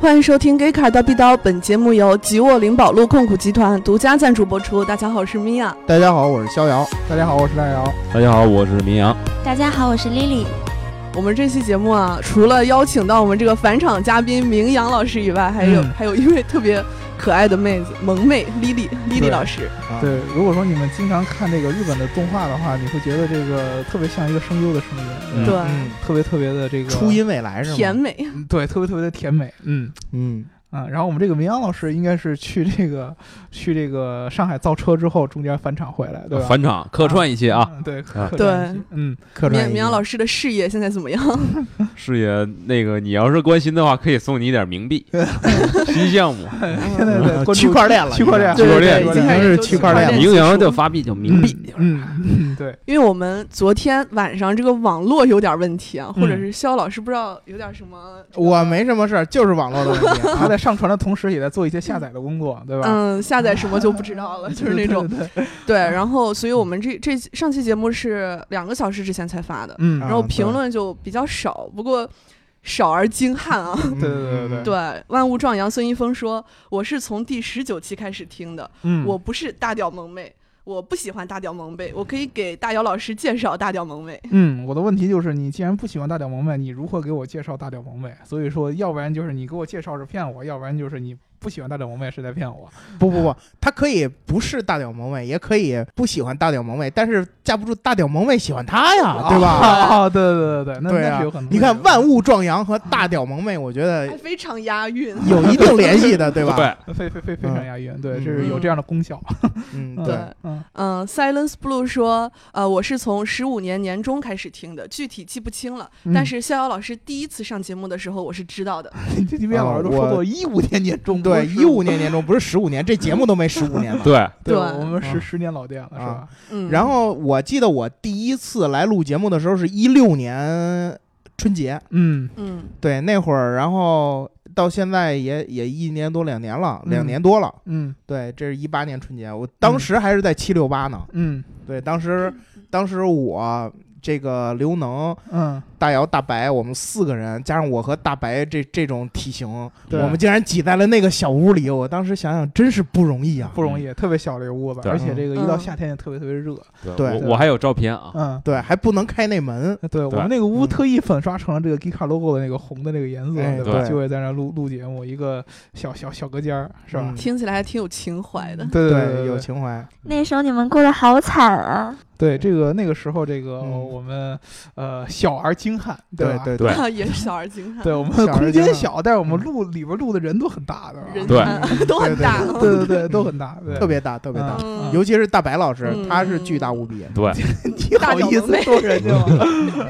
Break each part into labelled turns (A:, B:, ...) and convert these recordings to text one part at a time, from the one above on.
A: 欢迎收听《给卡刀逼刀》，本节目由吉沃灵宝路控股集团独家赞助播出。大家好，我是米娅。
B: 大家好，我是逍遥。
C: 大家好，我是大姚。
D: 大家好，我是明阳。
E: 大家好，我是 Lily。
A: 我们这期节目啊，除了邀请到我们这个返场嘉宾明阳老师以外，还有、
C: 嗯
A: 还有一位特别可爱的妹子萌妹 Lily Lily
B: 对
A: 老师。
B: 啊，
C: 对，如果说你们经常看这个日本的动画的话，你会觉得这个特别像一个声优的声音，
D: 嗯
A: 对，
B: 嗯，
C: 特别特别的这个
B: 初，音未来是吗？
A: 甜美，
C: 嗯对，特别特别的甜美，嗯
B: 嗯，
C: 啊。然后我们这个明阳老师应该是去这个 去这个上海造车之后，中间返场回来，对吧？啊
D: 返场客串一期 啊，
C: 嗯，对，
D: 啊
C: 客串一期嗯，
B: 客
A: 明
B: 串
A: 明阳老
B: 师，
A: 师的事业现在怎么样？
D: 师爷，那个你要是关心的话，可以送你一点 冥币，新项目，
C: 现在在关注
B: 区块链了，
C: 嗯区块链
B: 已经
D: 对对
B: 已
D: 对
B: 经
D: 对
B: 是
A: 嗯对
B: 区块链
A: 对
B: 了。
D: 名扬就发币叫冥币，
C: 嗯，嗯 对，
A: 因为我们昨天晚上这个网络有点问题啊，或者
B: 嗯
A: 是肖老师不知道有点什么，
B: 我没什么事儿，就是网络的问题。啊
C: 他在上传的同时，也在做一些下载的工作，对吧？
A: 嗯，下载什么就不知 道了，就是那种
C: 对，对对
A: 对，然后所以我们这这上期节目是两个小时之前才发的，
C: 嗯
A: 然
B: 啊
A: 后
B: 对
A: 评论就比较少，不过少而精悍啊。
B: 对
C: 对对对对
A: 对，万物壮阳孙一峰说，我是从第十九期开始听的，
C: 嗯，
A: 我不是大屌萌妹。我不喜欢大屌萌妹，我可以给大姚老师介绍大屌萌妹。
C: 嗯，我的问题就是，你既然不喜欢大屌萌妹，你如何给我介绍大屌萌妹？所以说，要不然就是你给我介绍是骗我，要不然就是你不喜欢大屌萌妹是在骗我。
B: 不不不，他可以不是大屌萌妹，也可以不喜欢大屌萌妹，但是架不住大屌萌妹喜欢他呀，对吧？
C: 啊，对对对对，那
B: 对
C: 那
B: 啊
C: 是有可能。，
B: 你看万物壮阳和大屌萌妹，我觉得
A: 还非常押韵。
B: 哎有一定联 系的，对吧？
D: 对，
C: 非非非非常押韵，对，
B: 嗯
C: 这是有这样的功效。
B: 嗯，
C: 嗯
B: 对，
C: 嗯
A: 嗯、s i l e n c e Blue 说，呃，我是从十五年年中开始听的，具体记不清了。
C: 嗯
A: 但是逍遥老师第一次上节目的时候，我是知道的。
C: 你这几位老师都
B: 啊我
C: 说过一五年年中，
B: 对，
C: 不是
B: 一五年年中不是十五年，这节目都没十五年了。
D: 对，
C: 对，
A: 对
C: 我们
B: 啊
C: 是十年老店了，是吧？
A: 嗯，
B: 然后我记得我第一次来录节目的时候是一六年春节，
C: 嗯
A: 嗯，
B: 对，那会儿，然后到现在也也一年多两年了，
C: 嗯
B: 两年多了。
C: 嗯
B: 对，这是一八年春节，我当时还是在七六八呢。
C: 嗯
B: 对，当时当时我这个刘能、
C: 嗯，
B: 大姚、大白，我们四个人加上我和大白这这种体型，
C: 对
B: 我们竟然挤在了那个小屋里，我当时想想真是不容易啊。
C: 不容易，特别小这个屋子，
D: 对
C: 而且这个一
A: 嗯
C: 到夏天也特别特别热。
B: 对
D: 我我还有照片啊，
C: 嗯，
B: 对，还不能开那门。
C: 对我们那个屋
B: 嗯
C: 特意粉刷成了这个 Gika logo 的那个红的那个颜色，
B: 哎
C: 吧？
B: 对
C: 就会在那录录节目，一个小小小隔间儿，是吧
B: 嗯？
A: 听起来还挺有情怀的。
C: 对对对，
B: 有
C: 对
B: 情怀。
E: 那时候你们过得好惨啊！
C: 对这个那个时候，这个
B: 嗯
C: 我们呃小而精悍，
B: 对
C: 吧？
B: 对
D: 对
A: 也是小而精悍，
C: 对，我们
B: 小而
C: 空
B: 精
C: 间
B: 悍嗯
C: 小，但是我们录里边录的人都很大的，啊
A: 人
D: 对
A: 才都很大。
C: 对对对，都很大，对
B: 特别大，特别大。
A: 嗯
B: 尤其是大白老师，
A: 嗯
B: 他是巨大无比。
C: 嗯
D: 对，
C: 哎你好意思说人 家吗？
B: 嗯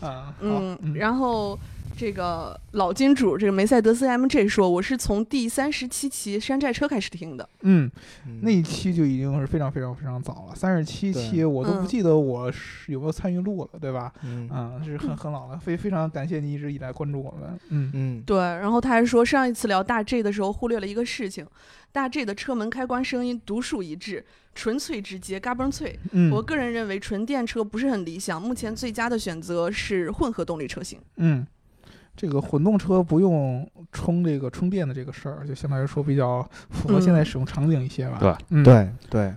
C: 啊，好
A: 嗯，然后这个老金主这个梅赛德斯 MG 说，我是从第三十七期山寨车开始听的。
C: 嗯，
B: 嗯
C: 那一期就已经是非常非常非常早了，三十七期
B: 对
C: 我都不
A: 嗯
C: 记得我是有没有参与录了，对吧？
B: 嗯
C: 嗯，是很很老了，非非常感谢你一直以来关注我们。嗯，
B: 嗯，
A: 对，然后他还说上一次聊大 G 的时候忽略了一个事情，大 G 的车门开关声音独树一帜，纯粹直接，嘎嘣脆。
C: 嗯
A: 我个人认为纯电车不是很理想，目前最佳的选择是混合动力车型。
C: 嗯，这个混动车不用充这个充电的这个事儿，就相当于说比较符合现在
A: 嗯
C: 使用场景一些吧。
D: 对
C: 嗯，
B: 对对。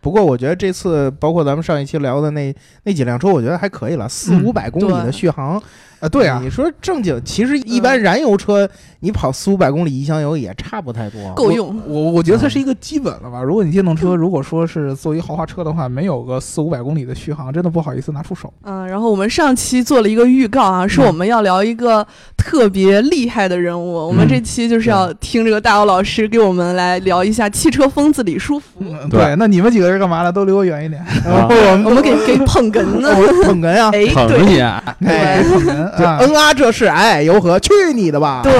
B: 不过我觉得这次，包括咱们上一期聊的那那几辆车，我觉得还可以了，四
C: 嗯
B: 五百公里的
A: 对
B: 续航
C: 啊，对啊，
B: 你说正经，其实一般燃油车你跑四五百公里一箱油也差不太多。
A: 嗯够用。
C: 哦我我觉得它是一个基本了吧。如果你电动车如果说是作为豪华车的话，没有个四五百公里的续航，真的不好意思拿出手。
A: 嗯，然后我们上期做了一个预告啊，
C: 嗯
A: 说我们要聊一个特别厉害的人物。我
C: 嗯
A: 们这期就是要听这个大姚老师给我们来聊一下汽车疯子李书福，
C: 嗯，
D: 对
C: 对，那你们几个人干嘛呢？都离我远一点。
B: 然后我们
A: 我们给给捧哏
C: 哦
A: 呢。
B: 我捧哏啊，
A: 哎，
D: 捧
A: 对
D: 你啊，
B: 哎，
C: 捧人
B: 这
C: 啊，
B: 嗯啊，这是哎，由何？去你的吧！
A: 对，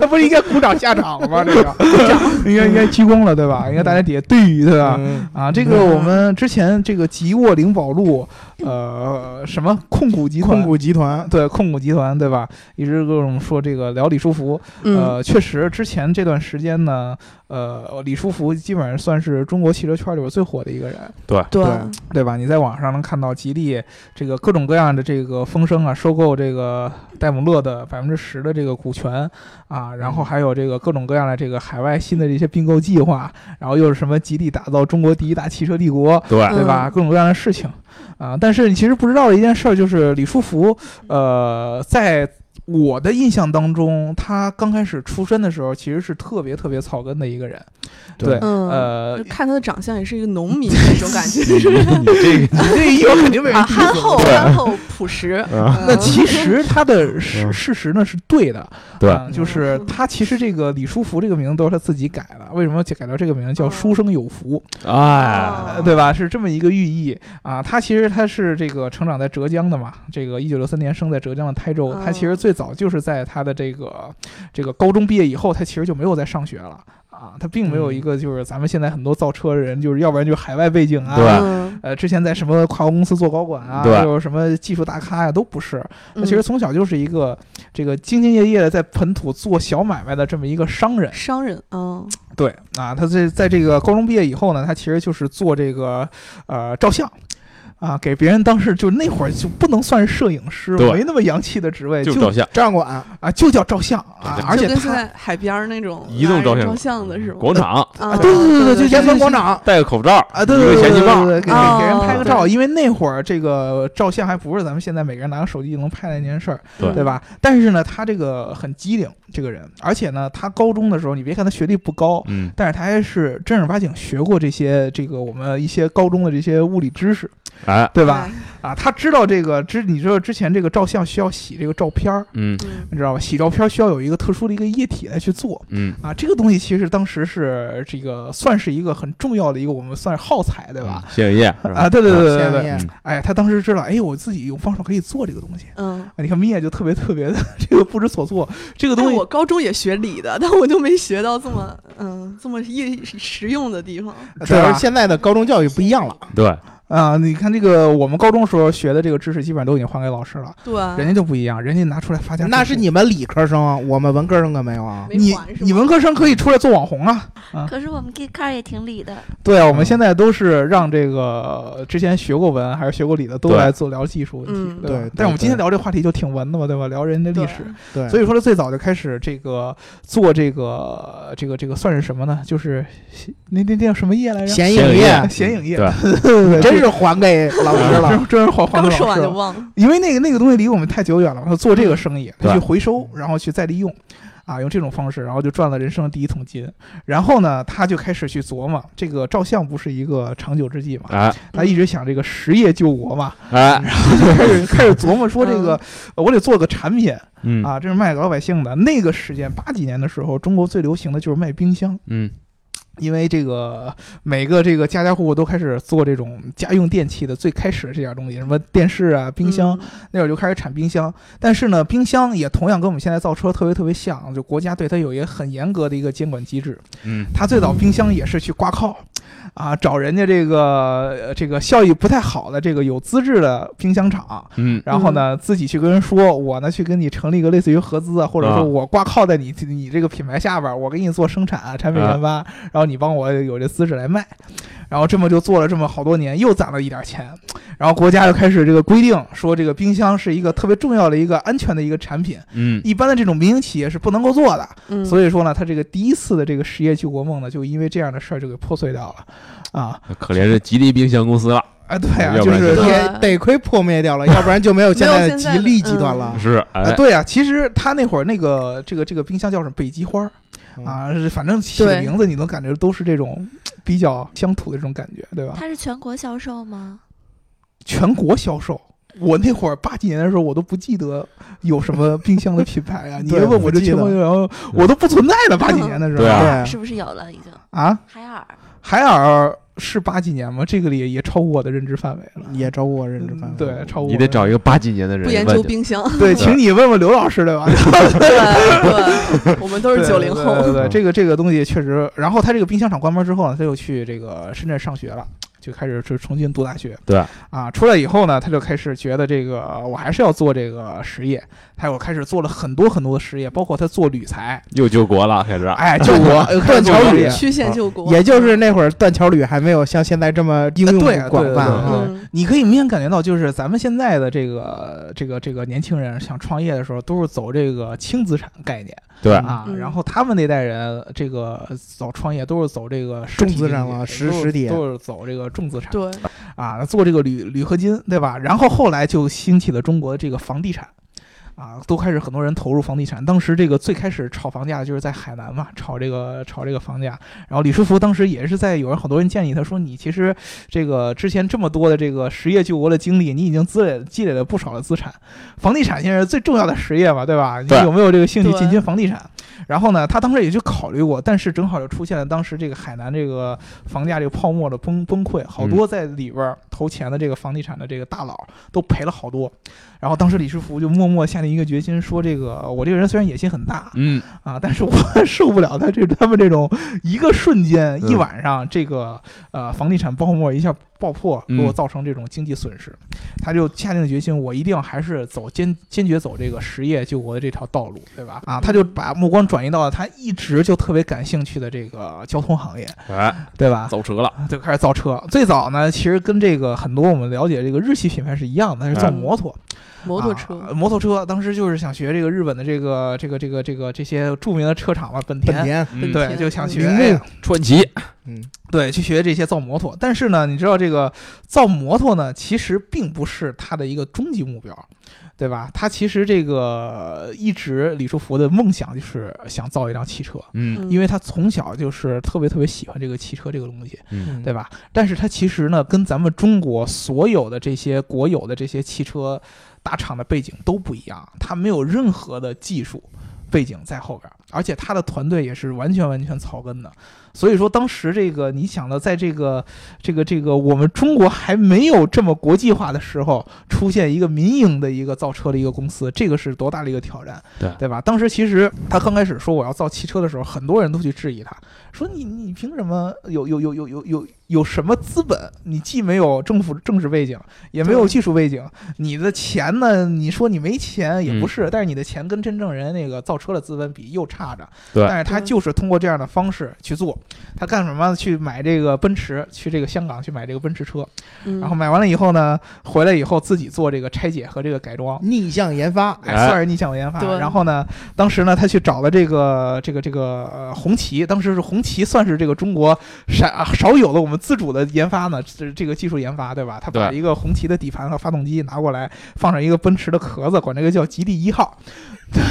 C: 那不是应该鼓掌下场了吗？这个应该应该鞠躬了，对吧？应该大家底下对对吧？
B: 嗯，
C: 啊，这个我们之前这个吉沃灵宝路，呃，什么控股集团
B: 控股集团，
C: 对控股集团，对吧？一直各种说这个聊李书福，
A: 嗯
C: 呃，确实，之前这段时间呢，呃，李书福基本上算是中国汽车圈里边最火的一个人，
A: 对
B: 对
C: 对吧？你在网上能看到吉利这个各种各样的这个风声啊，收购这个戴姆勒的百分之十的这个股权啊，然后还有这个各种各样的这个海外新的这些并购计划，然后又是什么吉利打造中国第一大汽车帝国，
D: 对
A: 嗯
C: 对吧？各种各样的事情啊、但是你其实不知道的一件事儿就是李书福，呃，在我的印象当中，他刚开始出身的时候其实是特别特别草根的一个人，对，
A: 嗯
C: 呃
A: 就，看他的长相也是一个农民那种感觉，是吧
D: 你这个
B: 这一会儿肯定 被
A: 啊，
B: 人踢
A: 憨
B: 死
A: 厚
B: 了
A: 憨厚朴实。嗯
D: 啊，
C: 嗯那其实他的 事
D: 嗯
C: 事实呢是对的，
D: 对
C: 啊就是他其实这个李书福这个名字都是他自己改的，为什么改到这个名字叫书生有福，
D: 哎，
A: 哦
C: 呃对吧？是这么一个寓意啊。他其实他是这个成长在浙江的嘛，这个一九六三年生在浙江的台州，
A: 哦
C: 他其实最早就是在他的这个这个高中毕业以后，他其实就没有再上学了啊，他并没有一个就是咱们现在很多造车的人，就是要不然就是海外背景啊。
D: 对
A: 嗯
C: 呃，之前在什么跨国公司做高管啊，
D: 对
C: 又有什么技术大咖呀、都不是。他
A: 嗯，
C: 其实从小就是一个这个兢兢业业的在本土做小买卖的这么一个商人。
A: 商人，嗯，
C: 对啊，他这在这个高中毕业以后呢，他其实就是做这个呃照相。啊，给别人当时就那会儿就不能算是摄影师，
D: 对
C: 没那么洋气的职位，就
D: 就照相，
B: 站管，
C: 啊就叫照相啊
D: 对，
C: 而且
A: 就跟现
C: 他
A: 在海边儿那种
D: 移动
A: 照
D: 照相
A: 照相的是吗？
D: 广场
A: 啊，
C: 对对对对就
B: 天安
C: 像
B: 门广场，
D: 戴个口罩
C: 啊，对
D: 一
C: 对
D: 个
C: 对
D: 前
C: 对
D: 气
C: 对
D: 棒，
C: 对，给
A: 哦
C: 给人拍个照，
A: 对
C: 因为那会儿这个照相还不是咱们现在每个人拿个手机就能拍的那件事儿，
D: 对
C: 对？吧？但是呢，他这个很机灵，这个人，而且呢，他高中的时候，你别看他学历不高，
D: 嗯，
C: 但是他还是正儿八经学过这些这个我们一些高中的这些物理知识，
D: 哎，
C: 对吧？？啊，他知道这个知，你知道之前这个照相需要洗这个照片儿，
D: 嗯
A: 嗯，
C: 你知道吧？洗照片需要有一个特殊的一个液体来去做。
D: 嗯，
C: 啊，这个东西其实当时是这个算是一个很重要的一个我们算是耗材，对吧？？
D: 谢谢，
C: 啊，对对对对对
B: 下
C: 对，
B: 面
D: 嗯
C: 哎，他当时知道，哎，我自己有方手可以做这个东西，
A: 嗯，
C: 啊，你看米娅就特别特别的这个不知所措，这个
A: 但
C: 东西
A: 哎我高中也学理的，但我就没学到这么嗯这么一实用的地方。
B: 主要是啊现在的高中教育不一样了，
D: 对，
C: 啊、你看这个我们高中时候学的这个知识，基本上都已经还给老师了，
A: 对啊，
C: 人家就不一样，人家拿出来发家致富。
B: 那是你们理科生，啊我们文科生可没有啊。
A: 没
C: 你
A: 还是
C: 你
A: 吗
C: 文科生可以出来做网红啊！
E: 可是我们 Git Car 也挺理的，
C: 对啊，我
B: 嗯
C: 们现在都是让这个呃之前学过文还是学过理的都
D: 对
C: 来做聊技术问题，
A: 嗯
C: 对吧
B: 对对
C: 但是我们今天聊这个话题就挺文的嘛，对吧？聊人家历
A: 对
C: 史，
B: 对，
C: 所
B: 以
C: 以说他最早就开始这个做这个这个这个算是什么呢？就是那那那叫什么业来着？
B: 显
D: 显
B: 影
D: 影
B: 液
D: 液
C: 显影业，
D: 对
C: 对对对，
B: 真是还给老师
C: 真
B: 了。
C: 是真是还还给
A: 刚
C: 老师
A: 说完就
C: 了
A: 忘了。
C: 因为那个那个东西离我们太久远了，他做这个生意，他去
D: 嗯对
C: 回收，然后去再利用，啊，用这种方式，然后就赚了人生的第一桶金。然后呢，他就开始去琢磨，这个照相不是一个长久之计嘛，
D: 哎
C: 他一直想这个实业救国 嘛，
D: 哎，
C: 就开始 开始琢磨说这个，呃我得做个产品
D: 嗯
C: 啊，这是卖给老百姓的。那个时间八几年的时候，中国最流行的就是卖冰箱。
D: 嗯，
C: 因为这个每个这个家家户户都开始做这种家用电器的最开始的这点东西，什么电视啊、
A: 嗯
C: 冰箱，那会儿就开始产冰箱，但是呢，冰箱也同样跟我们现在造车特别特别像，就国家对它有一个很严格的一个监管机制。
D: 嗯，
C: 它最早冰箱也是去挂靠，啊，找人家这个呃这个效益不太好的这个有资质的冰箱厂，
D: 嗯，
C: 然后呢自己去跟人说，我呢去跟你成立一个类似于合资啊，或者
D: 啊
C: 说我挂靠在你你这个品牌下边儿，我给你做生产啊、产品研发，然后你帮我有这资质来卖。然后这么就做了这么好多年，又攒了一点钱，然后国家又开始这个规定说，这个冰箱是一个特别重要的一个安全的一个产品，
D: 嗯，
C: 一般的这种民营企业是不能够做的。
A: 嗯，
C: 所以说呢，他这个第一次的这个实业救国梦呢，就因为这样的事儿就给破碎掉了，啊，
D: 可怜是吉利冰箱公司了，
C: 哎，对啊，
D: 要
C: 就
D: 不然
C: 是
A: 就
B: 也得亏破灭掉了，要不然就没有现在的吉利
A: 嗯
B: 集团了。
D: 是，
C: 啊，
D: 哎，
C: 对啊，其实他那会儿那个这个这个冰箱叫什么北极花儿
B: 嗯
C: 啊，是反正起的
A: 对
C: 名字你能感觉都是这种比较乡土的这种感觉，对吧？
E: 它是全国销售吗？
C: 全国销售。我那会儿八几年的时候，我都不记得有什么冰箱的品牌啊！你
B: 对
C: 一问我
B: 不
C: 这
B: 记
C: 全国
B: 得
C: 销售，我都不存在了。八几年的时候，
D: 对啊
B: 对
E: 是不是有了已经？
C: 啊，
E: 海尔
C: 海尔是八几年吗？这个里也超过我的认知范围了。嗯
B: 也超过我认知范围。
C: 对，超过
D: 你得找一
C: 个
D: 个八几年的人
A: 不研究冰箱，
C: 对，请你问问刘老师对吧？
A: 对 对，我们都是
C: 对
A: 九零
C: 对对
A: 后。
C: 对，这个这个东西确实。然后他这个冰箱厂关门之后呢，他又去这个深圳上学了。就开始就重新读大学。
D: 对
C: 啊，出来以后呢，他就开始觉得这个我还是要做这个实业，他又开始做了很多很多的实业，包括他做铝材，
D: 又救国了，开始。
C: 哎，就我
B: 断桥
C: 实
B: 铝
C: 业，
A: 曲线救
C: 啊
A: 国，
B: 也就是那会儿断桥铝还没有像现在这么应
C: 对
B: 用广泛
C: 对对
B: 啊。
A: 嗯，
C: 你可以明显感觉到，就是咱们现在的这个这个这个年轻人想创业的时候，都是走这个轻资产概念
D: 对
C: 啊。
A: 嗯
C: 然后他们那代人这个走创业都是走这个实
B: 重
C: 体
B: 资产了
C: 经济
B: 实
C: 都是
B: 实体
C: 都是走这个重资产
A: 对，
C: 啊，做这个铝铝合金，对吧？然后后来就兴起了中国的这个房地产。啊，都开始很多人投入房地产。当时这个最开始炒房价的就是在海南嘛，炒这个炒这个房价。然后李书福当时也是在有人很多人建议他说，你其实这个之前这么多的这个实业救国的经历，你已经积累积累了不少的资产，房地产现在是最重要的实业嘛，对吧？你
D: 对
C: 有没有这个兴趣进
A: 对
C: 军房地产？然后呢，他当时也就考虑过，但是正好就出现了当时这个海南这个房价这个泡沫的崩崩溃，好
D: 嗯
C: 多在里边儿投钱的这个房地产的这个大佬都赔了好多。然后当时李世福就默默下定一个决心，说这个我这个人虽然野心很大
D: 嗯，
C: 啊，但是我受不了他这他们这种一个瞬间
D: 嗯
C: 一晚上这个呃房地产泡沫一下爆破给
D: 嗯
C: 我造成这种经济损失，他就下定决心，我一定还是走坚坚决走这个实业救国的这条道路，对吧？啊，他就把目光转移到了他一直就特别感兴趣的这个交通行业，
D: 哎，
C: 对吧？
D: 走折了，
C: 就开始造车。最早呢，其实跟这个很多我们了解这个日系品牌是一样的，它是造
D: 嗯
C: 摩托、
A: 摩托车
C: 啊摩托车当时就是想学这个日本的这个这个这个这个这些著名的车厂嘛，本田。
B: 本田，
D: 嗯
C: 对，
A: 田
C: 就想学、
B: 铃
C: 哎呀
D: 传奇，
B: 嗯，
C: 对，去学这些造摩托。但是呢，你知道这个造摩托呢，其实并不是他的一个终极目标，对吧？他其实这个呃一直李书福的梦想就是想造一辆汽车，
D: 嗯
C: 因为他从小就是特别特别喜欢这个汽车这个东西。
B: 嗯
C: 对吧？但是它其实呢，跟咱们中国所有的这些国有的这些汽车大厂的背景都不一样，它没有任何的技术背景在后边儿，而且它的团队也是完全完全草根的。所以说，当时这个你想的，在这个这个这个我们中国还没有这么国际化的时候，出现一个民营的一个造车的一个公司，这个是多大的一个挑战，
D: 对
C: 对吧？当时其实他刚开始说我要造汽车的时候，很多人都去质疑他，说你你凭什么有有有有有有有什么资本？你既没有政府政治背景，也没有
A: 对
C: 技术背景，你的钱呢？你说你没钱也不
D: 嗯
C: 是，但是你的钱跟真正人那个造车的资本比又差着。
D: 对
C: 但是他
A: 对
C: 就是通过这样的方式去做，他干什么？去买这个奔驰，去这个香港去买这个奔驰车，
A: 嗯
C: 然后买完了以后呢，回来以后自己做这个拆解和这个改装。
B: 逆向研发，
C: 哎，
D: 哎
C: 算是逆向研发。
A: 对
C: 然后呢，当时呢，他去找了这个这个这个、呃、红旗，当时是红旗算是这个中国少、啊少有的我们自主的研发呢，这这个技术研发，对吧？他把
D: 对
C: 一个红旗的底盘和发动机拿过来，放上一个奔驰的壳子，管这个叫吉利一号，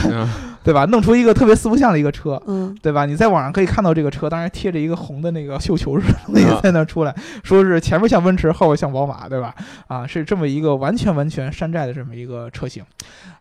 D: 嗯
C: 对吧？弄出一个特别四不像的一个车。
A: 嗯，
C: 对吧？你在网上可以看到这个车，当然贴着一个红的那个绣球似的 东西在那出来，说是前面像奔驰，后面像宝马，对吧？啊，是这么一个完全完全山寨的这么一个车型。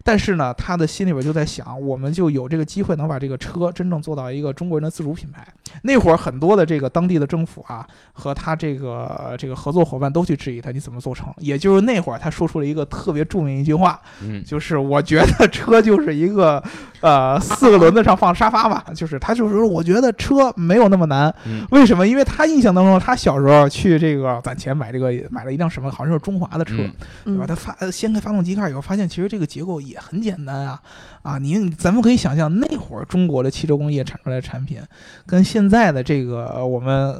C: 但是呢，他的心里边就在想，我们就有这个机会能把这个车真正做到一个中国人的自主品牌。那会儿很多的这个当地的政府啊，和他这个这个合作伙伴都去质疑他，你怎么做成？也就是那会儿他说出了一个特别著名一句话，
D: 嗯，
C: 就是我觉得车就是一个， 呃，四个轮子上放沙发嘛，就是他就是说，我觉得车没有那么难，
D: 嗯
C: 为什么？因为他印象当中，他小时候去这个攒钱买这个买了一辆什么，好像是中华的车，
D: 嗯
A: 嗯
C: 对吧？他发呃掀开发动机盖以后，发现其实这个结构也很简单啊啊！你咱们可以想象，那会儿中国的汽车工业产出来的产品，跟现在的这个呃我们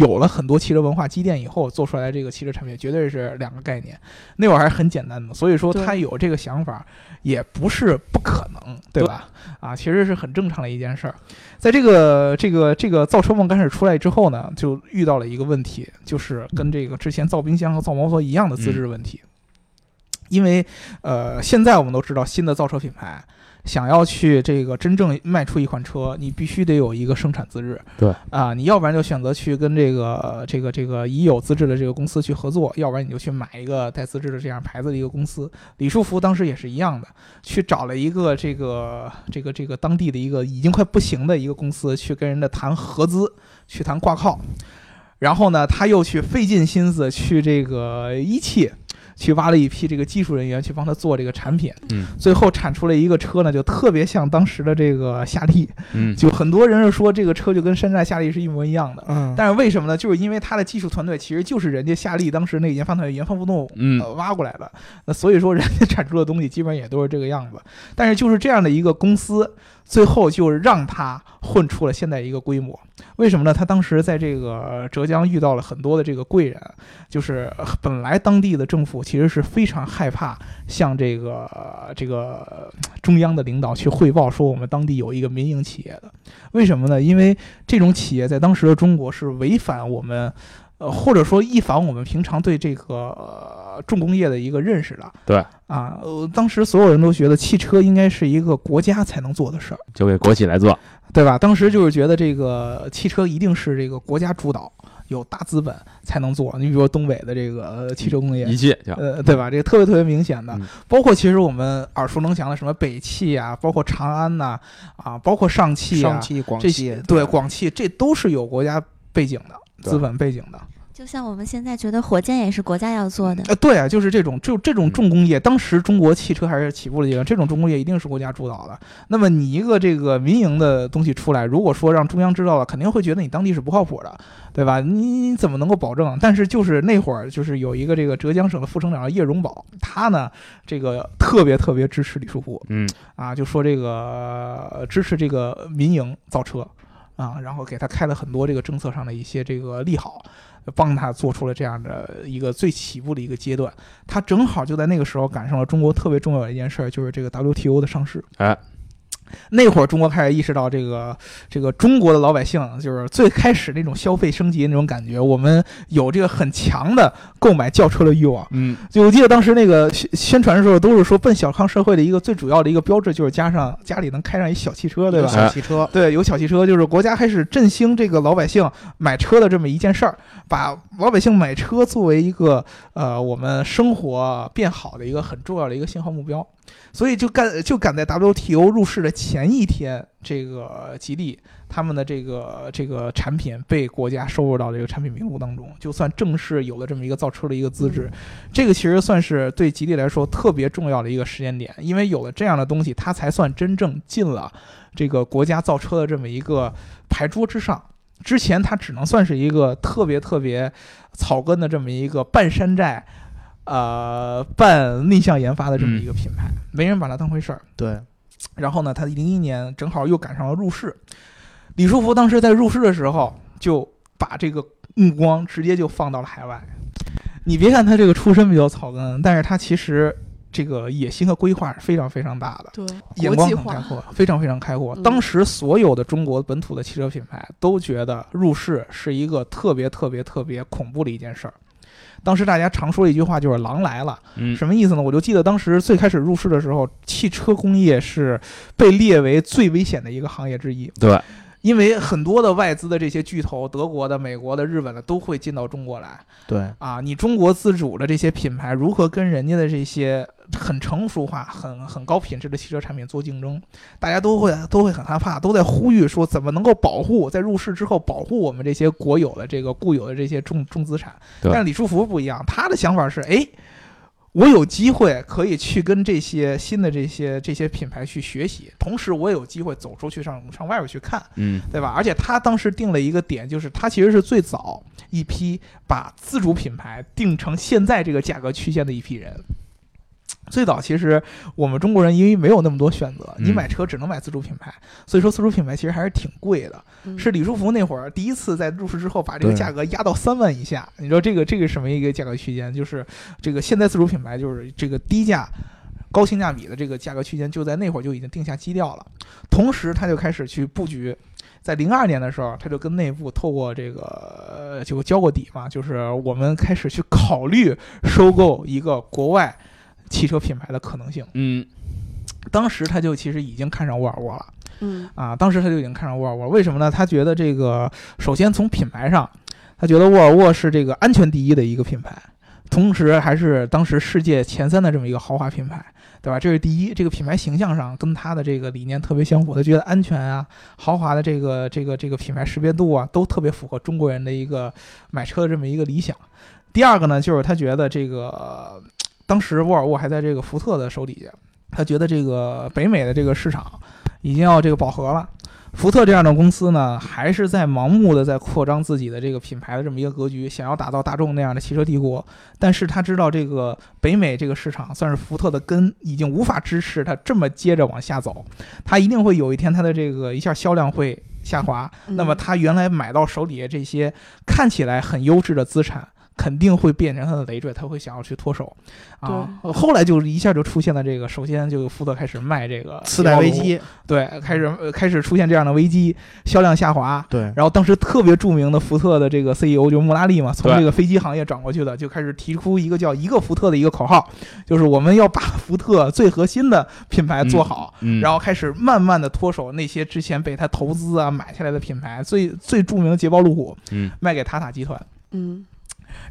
C: 有了很多汽车文化积淀以后做出来的这个汽车产品，绝对是两个概念。那会儿还是很简单的，所以说
A: 对
C: 他有这个想法也不是不可能，对吧？啊，其实是很正常的一件事儿。在这个这个这个造车梦开始出来之后呢，就遇到了一个问题，就是跟这个之前造冰箱和造摩托一样的资质问题。因为呃，现在我们都知道新的造车品牌。想要去这个真正卖出一款车，你必须得有一个生产资质。
D: 对
C: 啊，你要不然就选择去跟这个呃这个这个已有资质的这个公司去合作，要不然你就去买一个带资质的这样牌子的一个公司。李书福当时也是一样的，去找了一个这个这个这个当地的一个已经快不行的一个公司去跟人家谈合资，去谈挂靠。然后呢，他又去费尽心思去这个一汽。去挖了一批这个技术人员去帮他做这个产品，
D: 嗯
C: 最后产出了一个车呢，就特别像当时的这个夏利，
D: 嗯，
C: 就很多人是说这个车就跟山寨夏利是一模一样的。
B: 嗯，
C: 但是为什么呢？就是因为他的技术团队其实就是人家夏利当时那个研发团队原封不动
D: 嗯
C: 呃挖过来的，那所以说人家产出的东西基本也都是这个样子。但是就是这样的一个公司，最后就让他混出了现在一个规模。为什么呢？他当时在这个浙江遇到了很多的这个贵人，就是呃本来当地的政府其实是非常害怕向这个呃这个呃中央的领导去汇报说我们当地有一个民营企业的，为什么呢？因为这种企业在当时的中国是违反我们。呃，或者说一反我们平常对这个、呃、重工业的一个认识的。
D: 对
C: 啊，呃，当时所有人都觉得汽车应该是一个国家才能做的事儿，
D: 就给国企来做，
C: 对吧？当时就是觉得这个汽车一定是这个国家主导，有大资本才能做。你比如说东北的这个呃汽车工业，
D: 一切就
C: 呃，对吧？这个特别特别明显的
D: 嗯，
C: 包括其实我们耳熟能详的什么北汽啊，包括长安呐、啊，包括上汽啊
B: 上，汽、广
C: 这
B: 汽
C: 些，对广汽，这都是有国家背景的，
D: 对
C: 资本背景的。
E: 就像我们现在觉得火箭也是国家要做的，
C: 呃，对啊，就是这种，就这种
D: 嗯
C: 重工业，当时中国汽车还是起步的阶段，这种重工业一定是国家主导的。那么你一个这个民营的东西出来，如果说让中央知道了，肯定会觉得你当地是不靠谱的，对吧？你怎么能够保证？但是就是那会儿，就是有一个这个浙江省的副省长叫叶荣宝，他呢，这个特别特别支持李书福，
D: 嗯
C: 啊，就说这个呃支持这个民营造车啊，然后给他开了很多这个政策上的一些这个利好，帮他做出了这样的一个最起步的一个阶段。他正好就在那个时候赶上了中国特别重要的一件事儿，就是这个 WTO 的上市。
D: 哎。
C: 那会儿，中国开始意识到这个这个中国的老百姓，就是最开始那种消费升级那种感觉，我们有这个很强的购买轿车的欲望，
D: 嗯
C: 就我记得当时那个宣宣传的时候，都是说奔小康社会的一个最主要的一个标志就是加上家里能开上一小汽车，对吧？
D: 哎
B: 小汽车，
C: 对，有小汽车，就是国家开始振兴这个老百姓买车的这么一件事儿，把老百姓买车作为一个呃我们生活变好的一个很重要的一个信号目标，所以就赶就赶在 WTO 入市的前一天，这个吉利他们的这个这个产品被国家收入到这个产品名录当中，就算正式有了这么一个造车的一个资质，这个其实算是对吉利来说特别重要的一个时间点，因为有了这样的东西，它才算真正进了。这个国家造车的这么一个牌桌之上。之前它只能算是一个特别特别草根的这么一个半山寨，呃，半逆向研发的这么一个品牌，没人把它当回事儿。
B: 对，
C: 然后呢，它零一年正好又赶上了入市，李书福当时在入市的时候就把这个目光直接就放到了海外。你别看他这个出身比较草根，但是他其实这个野心和规划是非常非常大的。
A: 对，
C: 眼
A: 国
C: 光
A: 际
C: 很开
A: 化，
C: 阔，非常非常开阔。
E: 嗯
C: 当时所有的中国本土的汽车品牌都觉得入市是一个特别特别特别恐怖的一件事儿。当时大家常说一句话就是“狼来了”，
D: 嗯
C: 什么意思呢？我就记得当时最开始入市的时候，汽车工业是被列为最危险的一个行业之一。
D: 对，
C: 因为很多的外资的这些巨头，德国的、美国的、日本的都会进到中国来，
B: 对，
C: 啊，你中国自主的这些品牌如何跟人家的这些很成熟化、很很高品质的汽车产品做竞争？大家都会都会很害怕，都在呼吁说怎么能够保护在入市之后保护我们这些国有的这个固有的这些重重资产。
D: 对
C: 但是李书福不一样，他的想法是，哎，我有机会可以去跟这些新的这些这些品牌去学习，同时我也有机会走出去上上外边去看。
D: 嗯
C: 对吧？而且他当时定了一个点，就是他其实是最早一批把自主品牌定成现在这个价格区间的一批人。最早其实我们中国人因为没有那么多选择，
D: 嗯
C: 你买车只能买自主品牌，所以说自主品牌其实还是挺贵的。
E: 嗯
C: 是李书福那会儿第一次在入市之后把这个
B: 对
C: 价格压到三万以下，你知道这个这个什么一个价格区间？就是这个现在自主品牌就是这个低价。高性价比的这个价格区间就在那会儿就已经定下基调了，同时他就开始去布局，在零二年的时候，他就跟内部透过这个呃就交过底嘛，就是我们开始去考虑收购一个国外汽车品牌的可能性。
D: 嗯
C: 当时他就其实已经看上沃尔沃了。
E: 嗯
C: 啊，当时他就已经看上沃尔沃，为什么呢？他觉得这个首先从品牌上，他觉得沃尔沃是这个安全第一的一个品牌，同时还是当时世界前三的这么一个豪华品牌，对吧？这是第一，这个品牌形象上跟他的这个理念特别相符，他觉得安全啊、豪华的这个这个这个品牌识别度啊，都特别符合中国人的一个买车的这么一个理想。第二个呢，就是他觉得这个。呃当时沃尔沃还在这个福特的手底下，他觉得这个北美的这个市场已经要这个饱和了。福特这样的公司呢，还是在盲目的在扩张自己的这个品牌的这么一个格局，想要打造大众那样的汽车帝国。但是他知道这个北美这个市场算是福特的根，已经无法支持他这么接着往下走，他一定会有一天他的这个一下销量会下滑。
A: 嗯
C: 那么他原来买到手底下这些看起来很优质的资产。肯定会变成他的累赘，他会想要去脱手，啊，呃后来就一下就出现了这个，首先就福特开始卖这个
B: 次贷危
C: 机。
B: 机，
C: 对，开始、呃开始出现这样的危机，销量下滑。
B: 对，
C: 然后当时特别著名的福特的这个 CEO 就是穆拉利嘛，从
D: 对
C: 这个飞机行业转过去的，就开始提出一个叫“一个福特”的一个口号，就是我们要把福特最核心的品牌做好，
D: 嗯，
C: 然后开始慢慢的脱手那些之前被他投资啊买下来的品牌，最最著名的捷豹路虎
D: 嗯
C: 卖给塔塔集团，
A: 嗯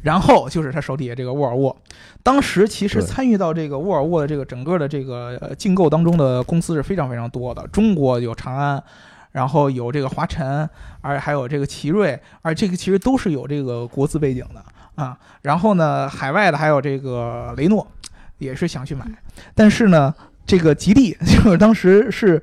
C: 然后就是他手底下这个沃尔沃，当时其实
D: 对
C: 参与到这个沃尔沃的这个整个的这个呃竞购当中的公司是非常非常多的，中国有长安。然后有这个华晨，而还有这个奇瑞，而这个其实都是有这个国资背景的啊。然后呢，海外的还有这个雷诺，也是想去买，但是呢，这个吉利就是当时是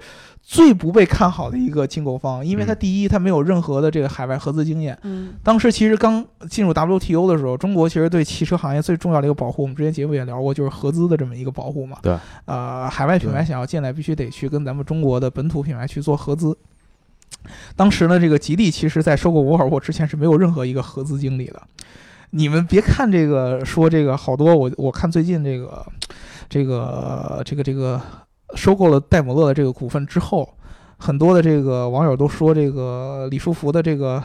C: 最不被看好的一个竞购方，因为它
D: 嗯
C: 第一它没有任何的这个海外合资经验，
A: 嗯
C: 当时其实刚进入 WTO 的时候，中国其实对汽车行业最重要的一个保护，我们之前节目也聊过，就是合资的这么一个保护嘛。
D: 对，
C: 呃，海外品牌
B: 对
C: 想要进来，必须得去跟咱们中国的本土品牌去做合资。当时呢，这个吉利其实在收购沃尔沃之前是没有任何一个合资经理的。你们别看这个说这个好多，我我看最近这个这个这个这个收购了戴姆勒的这个股份之后，很多的这个网友都说这个李书福的这个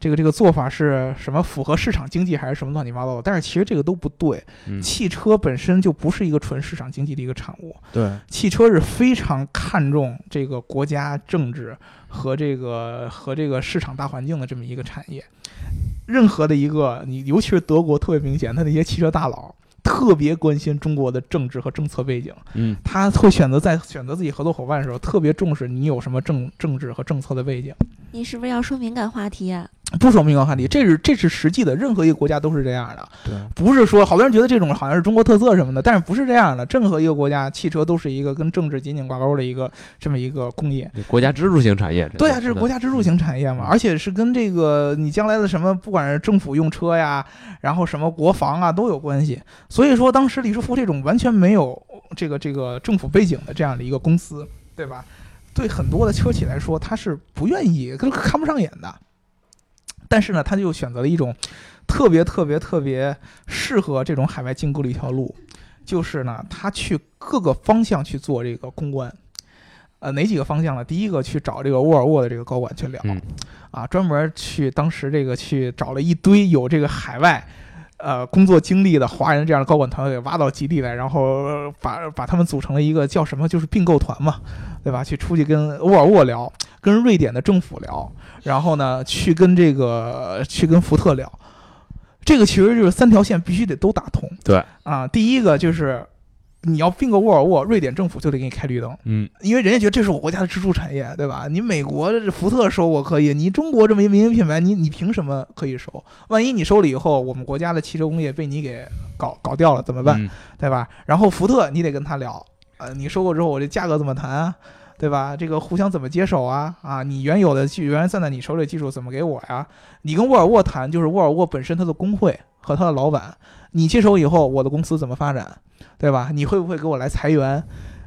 C: 这个这个做法是什么符合市场经济还是什么乱七八糟的？但是其实这个都不对，
D: 嗯
C: 汽车本身就不是一个纯市场经济的一个产物，
B: 对，
C: 汽车是非常看重这个国家政治和这个和这个市场大环境的这么一个产业。任何的一个你，尤其是德国特别明显，他那些汽车大佬特别关心中国的政治和政策背景。
D: 嗯
C: 他会选择在选择自己合作伙伴的时候，特别重视你有什么政政治和政策的背景。
E: 你是不是要说敏感话题啊呀、
C: 不说明文话题，这是这是实际的，任何一个国家都是这样的，
B: 对，
C: 不是说好多人觉得这种好像是中国特色什么的，但是不是这样的，任何一个国家汽车都是一个跟政治紧紧挂钩的一个这么一个工业。
D: 国家支柱型产业，
C: 对啊，这是国
D: 家，
C: 家支柱型产业嘛，
D: 嗯
C: 而且是跟这个你将来的什么，不管是政府用车呀，然后什么国防啊都有关系。所以说，当时李书福这种完全没有这个这个政府背景的这样的一个公司，对吧？对很多的车企来说，他是不愿意，跟看不上眼的。但是呢，他就选择了一种特别特别特别适合这种海外竞购的一条路，就是呢，他去各个方向去做这个公关。呃，哪几个方向呢？第一个去找这个沃尔沃的这个高管去聊，
D: 嗯
C: 啊，专门去当时这个去找了一堆有这个海外。呃，工作经历的华人这样的高管团队给挖到基地来，然后呃把把他们组成了一个叫什么，就是并购团嘛，对吧？去出去跟沃尔沃聊，跟瑞典的政府聊，然后呢，去跟这个去跟福特聊，这个其实就是三条线必须得都打通。
D: 对
C: 啊，第一个就是你要并购沃尔沃，瑞典政府就得给你开绿灯，
D: 嗯
C: 因为人家觉得这是我国家的支柱产业，对吧？你美国这福特收我可以，你中国这么一民营品牌，你你凭什么可以收？万一你收了以后，我们国家的汽车工业被你给搞搞掉了怎么办？
D: 嗯
C: 对吧？然后福特你得跟他聊，呃，你收购之后我这价格怎么谈啊？对吧？这个互相怎么接手啊？啊，你原有的技原来算在你手里的技术怎么给我呀？你跟沃尔沃谈，就是沃尔沃本身它的工会和它的老板，你接手以后我的公司怎么发展，对吧？你会不会给我来裁员？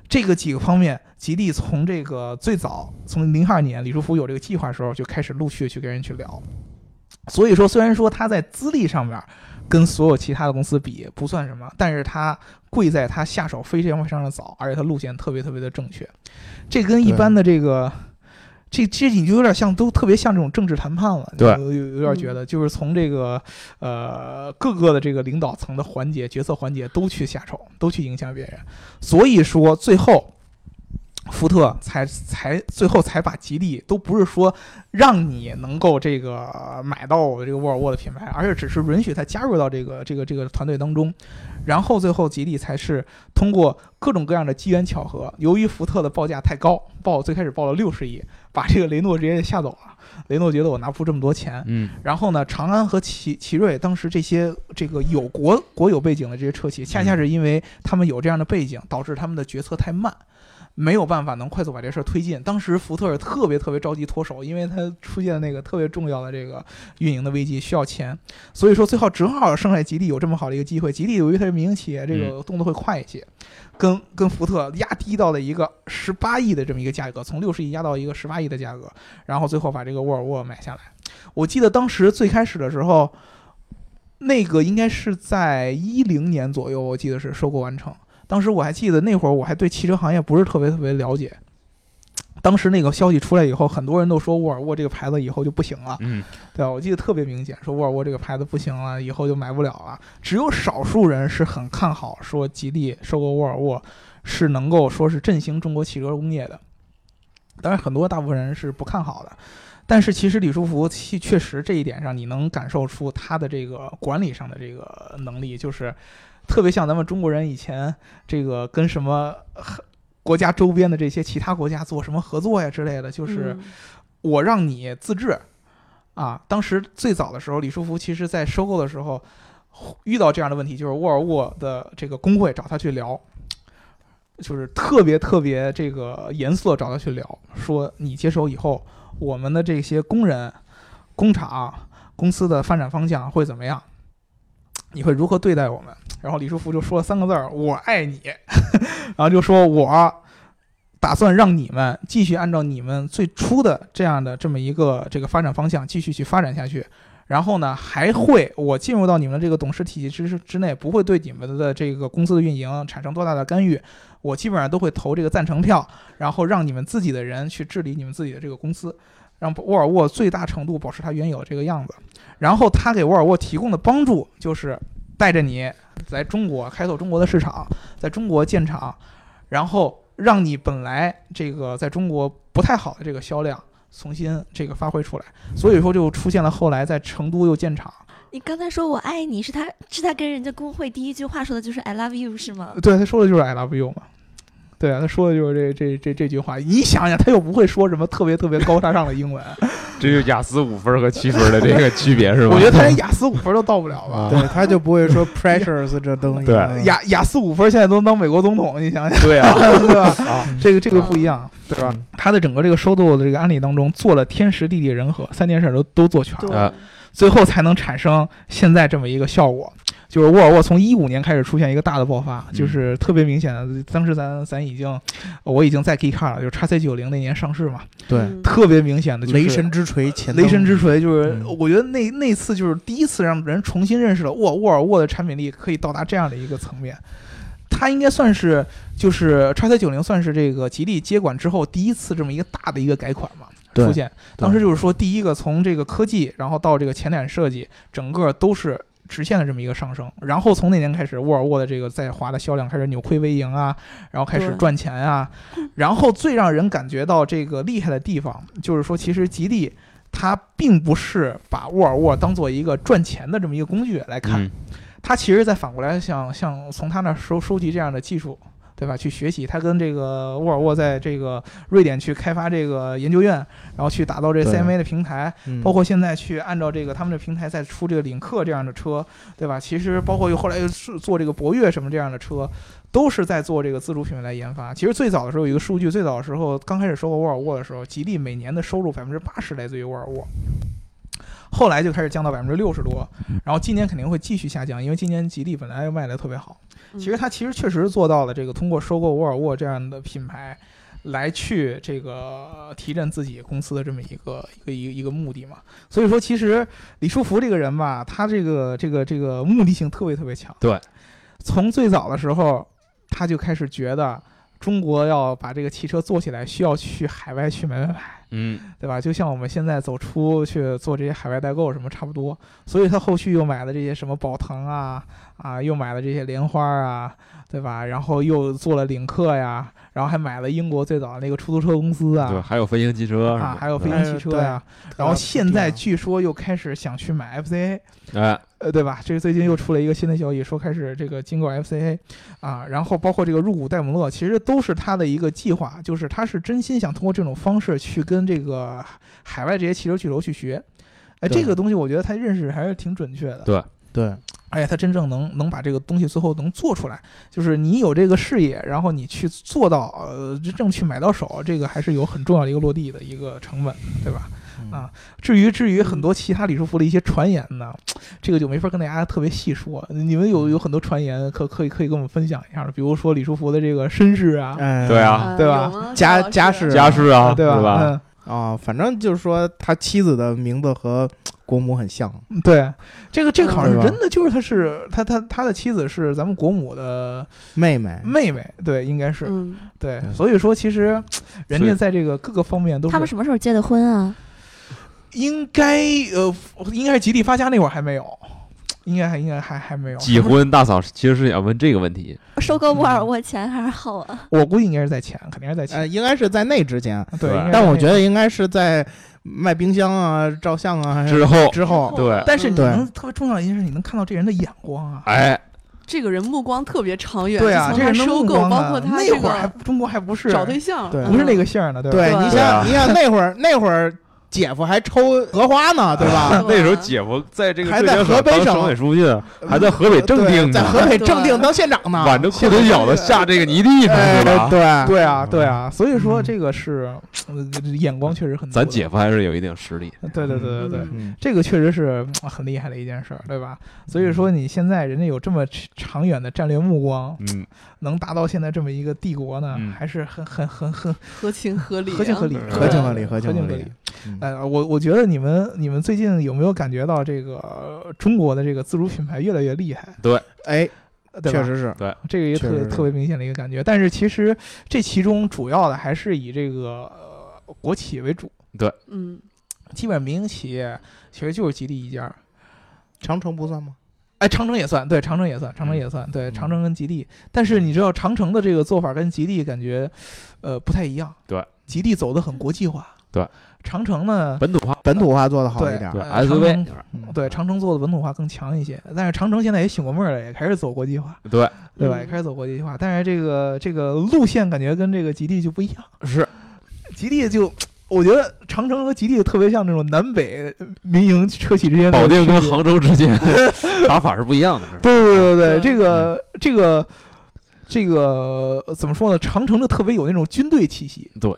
C: 这个几个方面，吉利从这个最早从零二年李书福有这个计划的时候就开始陆续地去跟人去聊。所以说，虽然说他在资历上面跟所有其他的公司比不算什么，但是他贵在他下手非常非常的早，而且他路线特别特别的正确。这跟一
B: 对
C: 般的这个，这这你就有点像，都特别像这种政治谈判了。
D: 对
C: 有有有点觉得，就是从这个呃各个的这个领导层的环节、决策环节都去下手，都去影响别人。所以说，最后福特才才最后才把吉利都不是说让你能够这个买到我这个沃尔沃的品牌，而是只是允许它加入到这个这个这个团队当中，然后最后吉利才是通过各种各样的机缘巧合，由于福特的报价太高，报最开始报了六十亿，把这个雷诺直接吓走了。雷诺觉得我拿不出这么多钱，
D: 嗯，
C: 然后呢，长安和奇奇瑞当时这些这个有国国有背景的这些车企，恰恰是因为他们有这样的背景，导致他们的决策太慢。没有办法能快速把这事儿推进。当时福特是特别特别着急脱手，因为他出现了那个特别重要的这个运营的危机，需要钱。所以说最后正好剩下吉利有这么好的一个机会。吉利由于它是民营企业，这个动作会快一些，跟跟福特压低到了一个十八亿的这么一个价格，从六十亿压到一个十八亿的价格，然后最后把这个沃尔沃买下来。我记得当时最开始的时候，那个应该是在一零年左右，我记得是收购完成。当时我还记得那会儿，我还对汽车行业不是特别特别了解。当时那个消息出来以后，很多人都说沃尔沃这个牌子以后就不行了，
D: 嗯，
C: 对吧？我记得特别明显，说沃尔沃这个牌子不行了，以后就买不了了。只有少数人是很看好，说吉利收购沃尔沃是能够说是振兴中国汽车工业的。当然，很多大部分人是不看好的。但是其实李书福确确实这一点上，你能感受出他的这个管理上的这个能力，就是特别像咱们中国人以前这个跟什么呃国家周边的这些其他国家做什么合作呀之类的，就是
E: 嗯
C: 我让你自治啊。当时最早的时候，李书福其实在收购的时候遇到这样的问题，就是沃尔沃的这个工会找他去聊，就是特别特别这个严肃的找他去聊，说你接手以后，我们的这些工人、工厂、公司的发展方向会怎么样？你会如何对待我们？然后李书福就说了三个字儿：“我爱你。” 然后就说我打算让你们继续按照你们最初的这样的这么一个这个发展方向继续去发展下去。然后呢，还会我进入到你们的这个董事体系之之内，不会对你们的这个公司的运营产生多大的干预。我基本上都会投这个赞成票，然后让你们自己的人去治理你们自己的这个公司，让沃尔沃最大程度保持它原有的这个样子。然后他给沃尔沃提供的帮助就是带着你来中国开拓中国的市场，在中国建厂，然后让你本来这个在中国不太好的这个销量重新这个发挥出来，所以说就出现了后来在成都又建厂。
E: 你刚才说我爱你是他是他跟人家工会第一句话说的就是 I love you 是吗？
C: 对，他说的就是 I love you 嘛。对啊，他说的就是这这这这句话。你想想，他又不会说什么特别特别高大上的 英文，
D: 这就雅思五分和七分的这个区别是吧？
C: 我觉得他连雅思五分都到不了吧。
D: 啊
B: 对，他就不会说 pressures 这东西。
D: 对
B: 嗯
C: 雅雅思五分现在都能当美国总统，你 想想，
D: 对 啊，
C: 对吧？
D: 啊
C: 这个这个不一样，对吧？他的整个这个收购的这个案例当中，做了天时地利人和三件事儿都都做全了，
D: 啊
C: 最后才能产生现在这么一个效果。就是沃尔沃从一五年开始出现一个大的爆发，
D: 嗯
C: 就是特别明显的。当时咱咱已经，我已经在 G Car 了，就是 XC 九零那年上市嘛，
B: 对，
A: 嗯
C: 特别明显的、就是、
B: 雷神之锤前
C: 雷神之锤就是，
B: 嗯
C: 我觉得那那次就是第一次让人重新认识了沃沃尔沃的产品力可以到达这样的一个层面。它应该算是就是 x C 九零算是这个吉利接管之后第一次这么一个大的一个改款嘛
B: 对
C: 出现。
B: 对
C: 当时就是说第一个从这个科技，然后到这个前脸设计，整个都是。直线的这么一个上升，然后从那年开始，沃尔沃的这个在华的销量开始扭亏为盈啊，然后开始
A: 对
C: 赚钱啊，然后最让人感觉到这个厉害的地方，就是说其实吉利它并不是把沃尔沃当做一个赚钱的这么一个工具来看，
D: 嗯
C: 它其实在反过来想想从他那儿收收集这样的技术，对吧？去学习，他跟这个沃尔沃在这个瑞典去开发这个研究院，然后去打造这
B: 对
C: CMA 的平台，
B: 嗯
C: 包括现在去按照这个他们的平台再出这个领克这样的车，对吧？其实包括又后来又是做这个博越什么这样的车，都是在做这个自主品牌来研发。其实最早的时候有一个数据，最早的时候刚开始收购沃尔沃的时候，吉利每年的收入百分之八十来自于沃尔沃。后来就开始降到百分之六十多，然后今年肯定会继续下降，因为今年吉利本来卖的特别好。
E: 嗯
C: 其实它其实确实做到了这个通过收购沃尔沃这样的品牌，来去这个提振自己公司的这么一个一个一个一个目的嘛。所以说，其实李书福这个人吧，他这个这个这个目的性特别特别强。
D: 对，
C: 从最早的时候他就开始觉得中国要把这个汽车做起来，需要去海外去买买买，
D: 嗯，
C: 对吧？就像我们现在走出去做这些海外代购什么差不多，所以他后续又买了这些什么宝腾啊啊，又买了这些莲花啊，对吧？然后又做了领克呀，然后还买了英国最早的那个出租车公司
D: 对，
C: 啊。
D: 还有飞行汽车是吧
C: 啊，还有飞
B: 哎
C: 行汽车
B: 对
C: 呀，然啊后现
B: 啊
C: 在据说又开始想去买 FCA，
D: 哎，
C: 呃，对吧？这个最近又出了一个新的消息，说开始这个经过 FCA 啊，然后包括这个入股戴姆勒，其实都是他的一个计划，就是他是真心想通过这种方式去跟这个海外这些汽车巨头去学。哎，
B: 对
C: 这个东西我觉得他认识还是挺准确的。
D: 对
B: 对
C: 哎，他真正能能把这个东西最后能做出来，就是你有这个视野，然后你去做到，呃，真正去买到手，这个还是有很重要的一个落地的一个成本，对吧？啊，至于至于很多其他李书福的一些传言呢，这个就没法跟大家特别细说。你们有有很多传言可可以可以跟我们分享一下的，比如说李书福的这个身世啊，
B: 嗯
D: 对啊
A: 呃
C: 对吧
A: 有吗赵
B: 家
A: 老师
B: 家是
D: 家世啊，
C: 对吧？嗯
D: 吧？
B: 啊，反正就是说他妻子的名字和国母很像，
C: 嗯，对，这个这个好像
B: 对吧
C: 是真的，就是他是他他他的妻子是咱们国母的
B: 妹妹
C: 妹妹，对，应该是。
A: 嗯，
C: 对，
B: 对
C: 所以说其实人
D: 所
C: 家
D: 以
C: 在这个各个方面都
E: 他们
C: 是
E: 什么时候结的婚啊？
C: 应该呃，应该是吉利发家那会儿还没有，应该还应该还还没有
D: 几。婚大嫂其实是想问这个问题，
C: 嗯
E: 收割沃尔沃前还是后啊？
C: 我估计应该是在前，肯定是在前。啊
B: 呃，
A: 哎
B: 应该是在那之前，
C: 对，应
D: 对
C: 该是
B: 但我
C: 那
B: 觉
C: 个
B: 得应该是在卖冰箱啊、照相啊还是
D: 之后
B: 之后，
D: 对
C: 但是你
B: 对
C: 能特别重要的一件事，你能看到这人的眼光啊。
D: 哎，
A: 这个人目光特别长远，
C: 对啊，
A: 就
C: 这
A: 从
C: 人
A: 他
C: 的
A: 收
C: 目
A: 购，
C: 光
A: 包
C: 啊
A: 括他
C: 那
A: 这
C: 会儿还
A: 个
C: 中国还不是
A: 找对象，
B: 对
A: 嗯
C: 不是那个姓儿呢，对吧？
B: 对
A: 对
B: 你
D: 对啊
B: 想，你想那会儿那会儿姐夫还抽荷花呢，对
A: 嗯 啊
B: 吧？
D: 那时候姐夫在这个
B: 还
D: 浙
B: 在
D: 江
B: 河
D: 省
B: 北
D: 当
B: 省
D: 省委书记，还在河北正定
B: 对啊在河
D: 呢，
B: 北正定当县长呢，
D: 挽着裤腿脚的下这个泥地上，
B: 哎
D: 对吧？
B: 对
C: 对啊，对啊，所以说
B: 嗯
C: 这个是呃眼光确实很
D: 咱
C: 多的
D: 姐夫还是有一定实力，
C: 对对对对对。
A: 嗯
B: 嗯
C: 这个确实是嗯很厉害的一件事儿，对吧？所以
B: 嗯
C: 说你现在人家有这么长远的战略目光，
D: 嗯，
C: 能达到现在这么一个帝国呢，
D: 嗯
C: 还是很很很很
A: 合情合理，嗯
C: 合情合理，
D: 对
B: 合情合理，
C: 对
B: 合情
C: 合
B: 合
C: 理
B: 理。。嗯
C: 呃，我我觉得你们你们最近有没有感觉到这个呃中国的这个自主品牌越来越厉害？
B: 哎，
C: 对吧
B: 确实是，
C: 这个也特
B: 确
C: 别
B: 实
C: 特别明显的一个感觉。但是其实这其中主要的还是以这个、呃、国企为主，
A: 嗯，
C: 基本上民营企业其实就是吉利一家儿。
B: 长城不算吗？
C: 哎，长城也算，对，长城也算，长
D: 嗯
C: 城也算，对，长城跟吉利。但是你知道长城的这个做法跟吉利感觉，呃，不太一样。
D: 对，
C: 吉利走的很国际化。
D: 对，
C: 长城呢，
D: 本土化，
B: 本土化做的好
C: 对
B: 一点
D: 对
B: 儿，
C: 呃
D: SUV
C: 长城
B: 嗯
C: 对长城做的本土化更强一些。但是长城现在也醒过闷儿了，也开始走国际化，
D: 对，
C: 对吧？
A: 嗯
C: 也开始走国际化。但是这个这个路线感觉跟这个吉利就不一样。
D: 是
C: 吉利就，我觉得长城和吉利特别像这种南北民营车企之间的
D: 保定跟
C: 区别
D: 杭州之间 打法是不一样的，是吧
C: 对对对
A: 对
C: 对，这个这个这个呃怎么说呢？长城就特别有那种军队气息，
D: 对，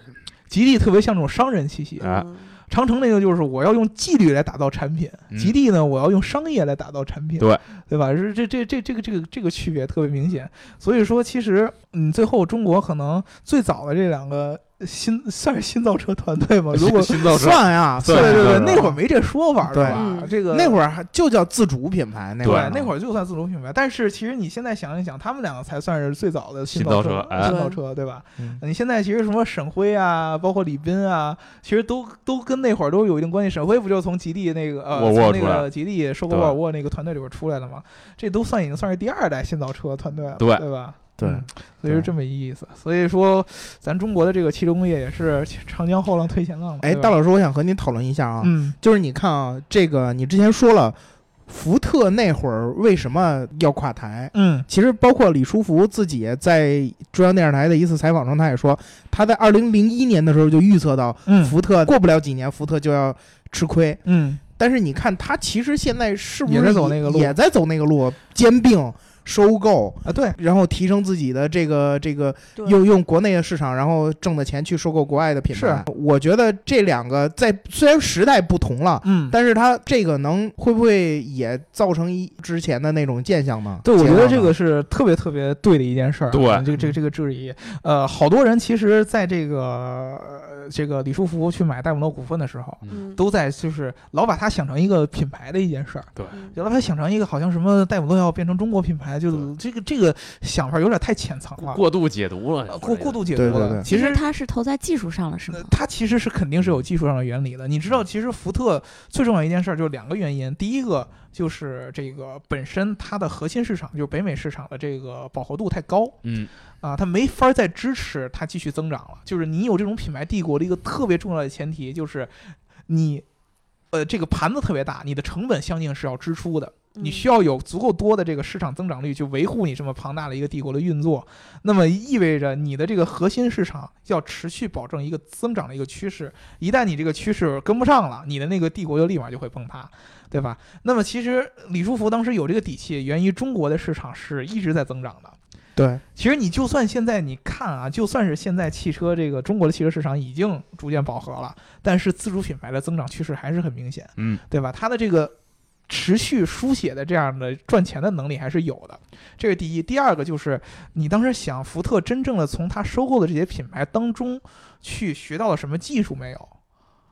C: 吉利特别像这种商人气息。
D: 哎
A: 嗯
C: 长城那个就是我要用纪律来打造产品，
D: 嗯
C: 吉利呢我要用商业来打造产品，
D: 对
C: 对吧？是这这这这个这个这个区别特别明显。所以说，其实嗯，最后中国可能最早的这两个新算是新造车团队嘛，如果
D: 新造车
B: 算呀，
D: 对
C: 对
B: 算
C: 对
B: 呀
C: 对，
D: 对
C: 那会儿没这说法儿
B: 对
C: 吧
A: 嗯？
C: 这个
B: 那会儿还就叫自主品牌，那会
C: 对
B: 儿，
C: 那会儿就算自主品牌，但是其实你现在想一想，他们两个才算是最早的
D: 新
C: 造
D: 造车哎
C: 新造车，对吧？
B: 嗯
C: 你现在其实什么沈辉啊，包括李斌啊，其实都都跟那会儿都有一定关系。沈辉不就是从吉利那个呃，
D: 沃尔沃
C: 从那
D: 出来
C: 个吉利收购沃尔沃那个团队里边出来的嘛？这都算已经算是第二代新造车团队了，
D: 对
C: 对吧？
B: 对
C: 嗯所以是
B: 对
C: 这么一意思。所以说，咱中国的这个汽车工业也是长江后浪推前浪嘛。
B: 哎，
C: 对吧
B: 大老师，我想和你讨论一下啊，
C: 嗯，
B: 就是你看啊，这个你之前说了，福特那会儿为什么要垮台？
C: 嗯
B: 其实包括李书福自己在中央电视台的一次采访中，他也说，他在二零零一年的时候就预测到
C: 嗯
B: 福特过不了几年，福特就要吃亏。
C: 嗯，
B: 但是你看，他其实现在是不是
C: 也在走那个路
B: 也在走那个路，兼并收购，
C: 啊对，
B: 然后提升自己的这个这个
A: 对
B: 用用国内的市场，然后挣的钱去收购国外的品牌。
C: 是
B: 我觉得这两个在虽然时代不同了。
C: 嗯。
B: 但是它这个能会不会也造成一之前的那种现象呢？
C: 对，我觉得
B: 现象呢
C: 这个是特别特
B: 嗯
C: 别对的一件事儿啊。
D: 对
C: 这个这个这个质疑，呃，好多人其实在这个呃这个李书福去买戴姆勒股份的时候，
A: 嗯，
C: 都在就是老把它想成一个品牌的一件事儿，
A: 嗯
C: 就老把它想成一个好像什么戴姆勒要变成中国品牌，就这个这个想法有点太浅层了，
D: 过度解读了
C: 呃，过过度解
B: 对
C: 读
B: 对
C: 了。
B: 对
C: 其实
E: 他是投在技术上了，是吗
C: 呃？它其实是肯定是有技术上的原理的。你知道，其实福特最重要一件事儿就是两个原因，第一个就是这个本身它的核心市场就是北美市场的这个饱和度太高
D: 嗯，
C: 啊，它没法儿再支持它继续增长了。就是你有这种品牌帝国的一个特别重要的前提，就是你。呃，这个盘子特别大，你的成本相应是要支出的，你
A: 嗯
C: 需要有足够多的这个市场增长率去维护你这么庞大的一个帝国的运作，那么意味着你的这个核心市场要持续保证一个增长的一个趋势。一旦你这个趋势跟不上了，你的那个帝国就立马就会崩塌，对吧？那么其实李书福当时有这个底气，源于中国的市场是一直在增长的。
B: 对，
C: 其实你就算现在你看啊，就算是现在汽车这个中国的汽车市场已经逐渐饱和了，但是自主品牌的增长趋势还是很明显，
D: 嗯，
C: 对吧？它的这个持续书写的这样的赚钱的能力还是有的，这是第一。第二个就是你当时想福特真正的从他收购的这些品牌当中去学到了什么技术没有？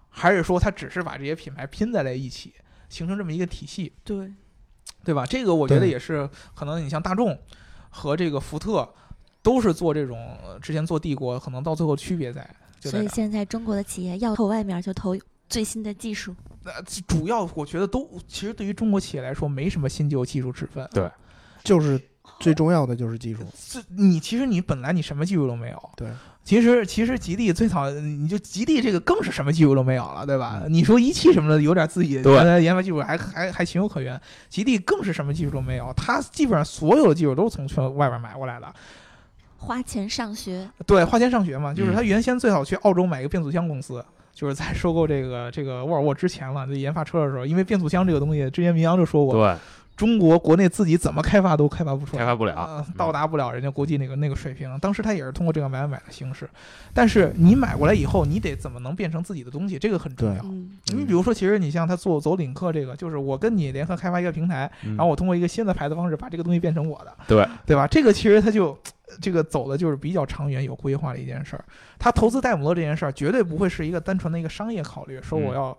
C: 还是说他只是把这些品牌拼在了一起，形成这么一个体系？
A: 对，
C: 对吧？这个我觉得
B: 对
C: 也是，可能你像大众和这个福特，都是做这种呃之前做帝国，可能到最后区别在就在
E: 所以
C: 哪儿
E: 现在中国的企业要投外面就投最新的技术，
C: 呃主要我觉得都其实对于中国企业来说没什么新旧技术之分。
D: 对
B: 就是最重要的就是技术，
C: 这你其实你本来你什么技术都没有，
B: 对，
C: 其实其实吉利最早你就吉利这个更是什么技术都没有了，对吧？你说一汽什么的有点自己
D: 嗯对
C: 的研发技术还还还情有可原，吉利更是什么技术都没有，它基本上所有的技术都是从全外边买过来的。
E: 花钱上学，
C: 对，花钱上学嘛，就是
D: 嗯
C: 他原先最早去澳洲买一个变速箱公司，就是在收购这个这个沃尔沃之前了，就研发车的时候，因为变速箱这个东西，之前明阳就说过，
D: 对，
C: 中国国内自己怎么开发都开发不出来，
D: 开发不了，
C: 呃到达不了人家国际那个那个水平。当时他也是通过这个买买的形式，但是你买过来以后，你得怎么能变成自己的东西，这个很重
B: 对
C: 要。
A: 嗯
C: 你比如说，其实你像他做走领克这个，就是我跟你联合开发一个平台，
D: 嗯
C: 然后我通过一个新的牌子方式把这个东西变成我的，
D: 对
C: 对吧？这个其实它就呃这个走的就是比较长远、有规划的一件事儿。他投资戴姆勒这件事儿，绝对不会是一个单纯的一个商业考虑，说我
D: 嗯
C: 要、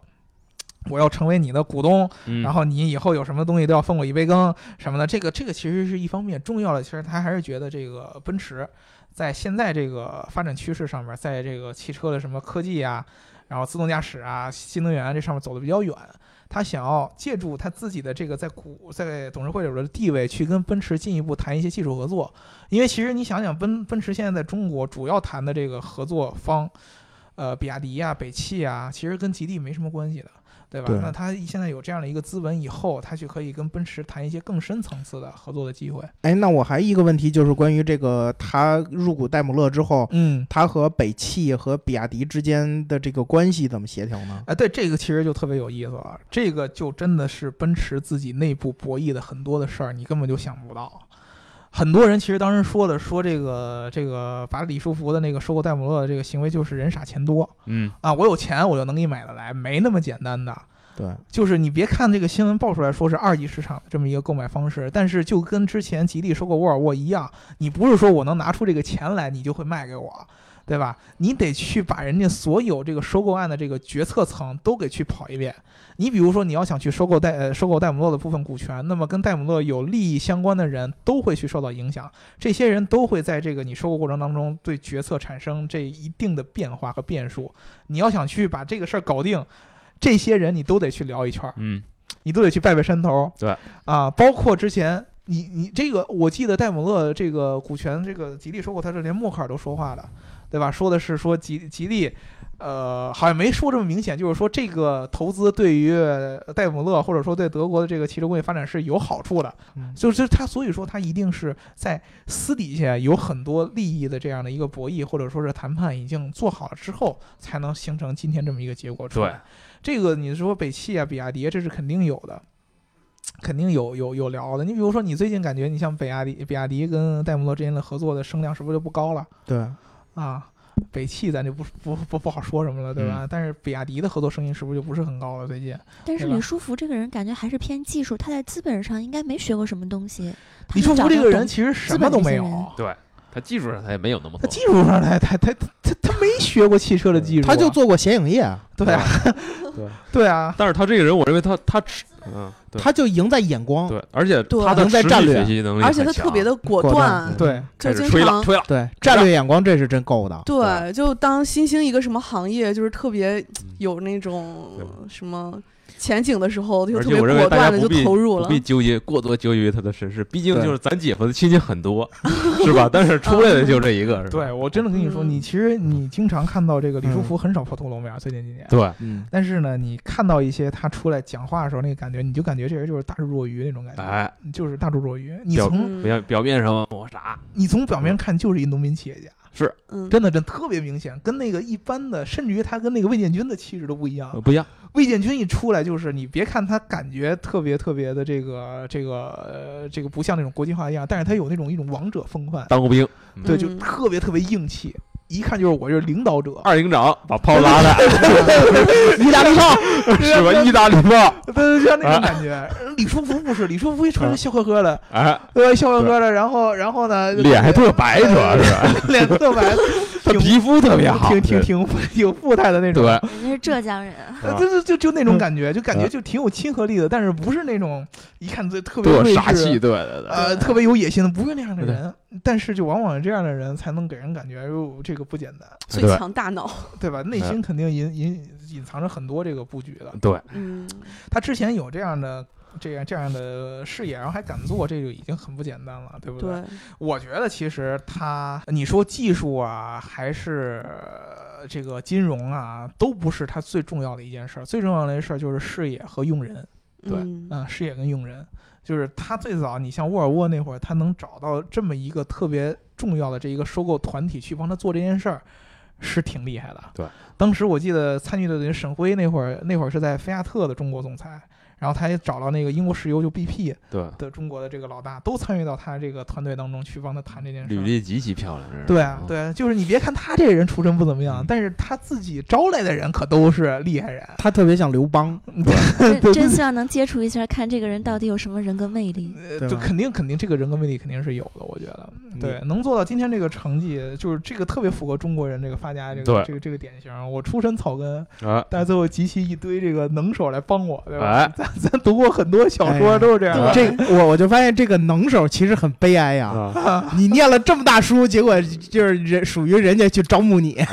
C: 我要成为你的股东，
D: 嗯
C: 然后你以后有什么东西都要分我一杯羹什么的。这个这个其实是一方面，重要的其实他还是觉得这个奔驰在现在这个发展趋势上面，在这个汽车的什么科技啊，然后自动驾驶啊、新能源啊这上面走的比较远。他想要借助他自己的这个在股在董事会里边的地位，去跟奔驰进一步谈一些技术合作。因为其实你想想，奔奔驰现在在中国主要谈的这个合作方，呃，比亚迪啊、北汽啊，其实跟吉利没什么关系的，对吧？
B: 对
C: 那他现在有这样的一个资本以后，他去可以跟奔驰谈一些更深层次的合作的机会。
B: 哎，那我还一个问题就是关于这个，他入股戴姆勒之后，
C: 嗯。
B: 他和北汽和比亚迪之间的这个关系怎么协调呢？
C: 哎，对，这个其实就特别有意思了。这个就真的是奔驰自己内部博弈的很多的事儿，你根本就想不到。很多人其实当时说的，说这个这个把李书福的那个收购戴姆勒的这个行为就是人傻钱多
D: 嗯
C: 啊，我有钱我就能给你买得来，没那么简单的。
B: 对，
C: 就是你别看这个新闻爆出来说是二级市场的这么一个购买方式，但是就跟之前吉利收购沃尔沃一样，你不是说我能拿出这个钱来，你就会卖给我，对吧？你得去把人家所有这个收购案的这个决策层都给去跑一遍。你比如说，你要想去收购戴呃收购戴姆勒的部分股权，那么跟戴姆勒有利益相关的人都会去受到影响，这些人都会在这个你收购过程当中对决策产生这一定的变化和变数。你要想去把这个事儿搞定。这些人你都得去聊一圈儿，
D: 嗯
C: 你都得去拜拜山头。
D: 对
C: 啊，包括之前你你这个，我记得戴姆勒这个股权，这个吉利收购，他是连默克尔都说话的，对吧？说的是说吉吉利。呃，好像没说这么明显，就是说这个投资对于戴姆勒或者说对德国的这个汽车工业发展是有好处的，
B: 嗯
C: 就是他，所以说他一定是在私底下有很多利益的这样的一个博弈，或者说是谈判已经做好了之后，才能形成今天这么一个结果出来。这个你说北汽啊、比亚迪啊，这是肯定有的，肯定有有有聊的。你比如说，你最近感觉你像北亚迪、比亚迪跟戴姆勒之间的合作的声量是不是就不高了
B: 对，
C: 啊？北汽咱就不不不不好说什么了，对吧？但是比亚迪的合作声音是不是就不是很高了？最近
E: 但是
C: 对吧
E: 李书福这个人感觉还是偏技术，他在资本上应该没学过什么东西。他
C: 李
E: 就
C: 书
E: 找
C: 福这
E: 到
C: 个人
E: 懂
C: 其实什么都没
E: 资本这些
C: 有，
D: 对，他技术上他也没有那么
C: 他
D: 多，
C: 技术上他他他他他他没学过汽车的技术啊，
B: 他就做过显影液啊，
C: 对啊，
D: 对，
C: 对啊，
D: 但是他这个人，我认为他他吃，嗯，对
B: 他就赢在眼光，
D: 对，而且
A: 对
D: 他的
B: 哦能在
D: 持续
B: 战略
D: 学习能力
A: 而且
D: 很
A: 他
D: 强
A: 特别的果
B: 果
A: 断
B: 断，
C: 对，
A: 就
D: 开
A: 经
D: 始吹了
A: 常
D: 吹了，
B: 对战略眼光这是真够的。
A: 对，就当新兴一个什么行业，就是特别有那种
D: 嗯对
A: 什么前景的时候，他就
D: 而
A: 特
D: 且
A: 别
D: 我认为
A: 果
D: 大家
A: 断的就
D: 不必
A: 投入
D: 不
A: 了。
D: 必纠结过多纠结于他的身世，毕竟
C: 对
D: 就是咱姐夫的亲戚很多， 是吧？但是出来的就这一个，是吧？
C: 对我真的跟你说，
A: 嗯
C: 你其实你经常看到这个李书
B: 嗯
C: 福很少抛头露面，最近几年。
D: 对，
B: 嗯，
C: 但是呢，你看到一些他出来讲话的时候，那个感觉，你就感觉这人就是大智若愚那种感觉，
D: 哎，
C: 就是大智若愚。你
D: 表
C: 从
A: 嗯
D: 表表面上我啥？
C: 你从表面看就是一农民企业家，
A: 嗯，
C: 真的真特别明显，跟那个一般的，甚至于他跟那个魏建军的气质都不一样。
D: 呃不一样，
C: 魏建军一出来就是，你别看他感觉特别特别的这个这个呃这个不像那种国际化一样，但是他有那种一种王者风范，
D: 当过兵，
C: 对，就
A: 嗯
C: 特别特别硬气，一看就是我就是领导者，
D: 二营长把炮拉的，
C: 意大利炮
D: 是吧？意大利炮，
C: 对，就像那
D: 啊
C: 种感觉。李书福不是，李书福一穿
D: 嗯
C: 着笑呵呵的，
D: 哎，
C: 对吧？笑呵呵的，然后然后呢，
D: 脸还特白，主要是
C: 脸特白，
D: 他皮肤特别好，
C: 挺挺挺有富态的那种。
D: 对，
E: 人家是浙 江人，
D: 啊
C: 就就就就那种感觉，就感觉
D: 嗯
C: 就挺有亲和力的，但是不是那种一看就特别
D: 对
C: 睿
D: 杀气，
C: 智，
D: 对对对，
C: 呃，特别有野心的，不是那样的人。但是就往往这样的人才能给人感觉，哟，这个不简单，
A: 最
D: 对
A: 强大脑，
C: 对吧？内心肯定隐隐隐藏着很多这个布局的。
D: 对，
A: 嗯，
C: 他之前有这样的。这样这样的视野，然后还敢做，这个已经很不简单了，对不
A: 对，
C: 我觉得其实他，你说技术啊，还是呃这个金融啊，都不是他最重要的一件事儿。最重要的一件事儿就是视野和用人。
D: 对
A: 嗯
C: 啊，视野跟用人，就是他最早，你像沃尔沃那会儿，他能找到这么一个特别重要的这一个收购团体去帮他做这件事儿，是挺厉害的。
D: 对，
C: 当时我记得参与的人沈辉那会儿，那会儿是在菲亚特的中国总裁，然后他也找到那个英国石油就 BP
D: 对，
C: 的中国的这个老大，都参与到他这个团队当中去帮他谈这件事
D: 履
C: 儿。
D: 历极其漂亮，这是
C: 对啊，，对啊，就是你别看他这个人出身不怎么样
D: 嗯，
C: 但是他自己招来的人可都是厉害人。
B: 他特别像刘邦，
C: 对
E: 真真希望能接触一下，看这个人到底有什么人格魅力。
C: 呃，
B: 对
C: 就
D: 啊
B: 吧
C: 肯定肯定这个人格魅力肯定是有的，我觉得，对，能做到今天这个成绩，就是这个特别符合中国人这个发家这个
D: 对
C: 这个这个典型。我出身草根，
D: 啊，
C: 但是最后集齐一堆这个能手来帮我，对吧
D: 哎？
C: 咱咱读过很多小说
B: 哎
C: 都是这 样的，
B: 这我我就发现这个能手其实很悲哀呀。
D: 啊
B: 你念了这么大书，结果就是人属于人家去招募你，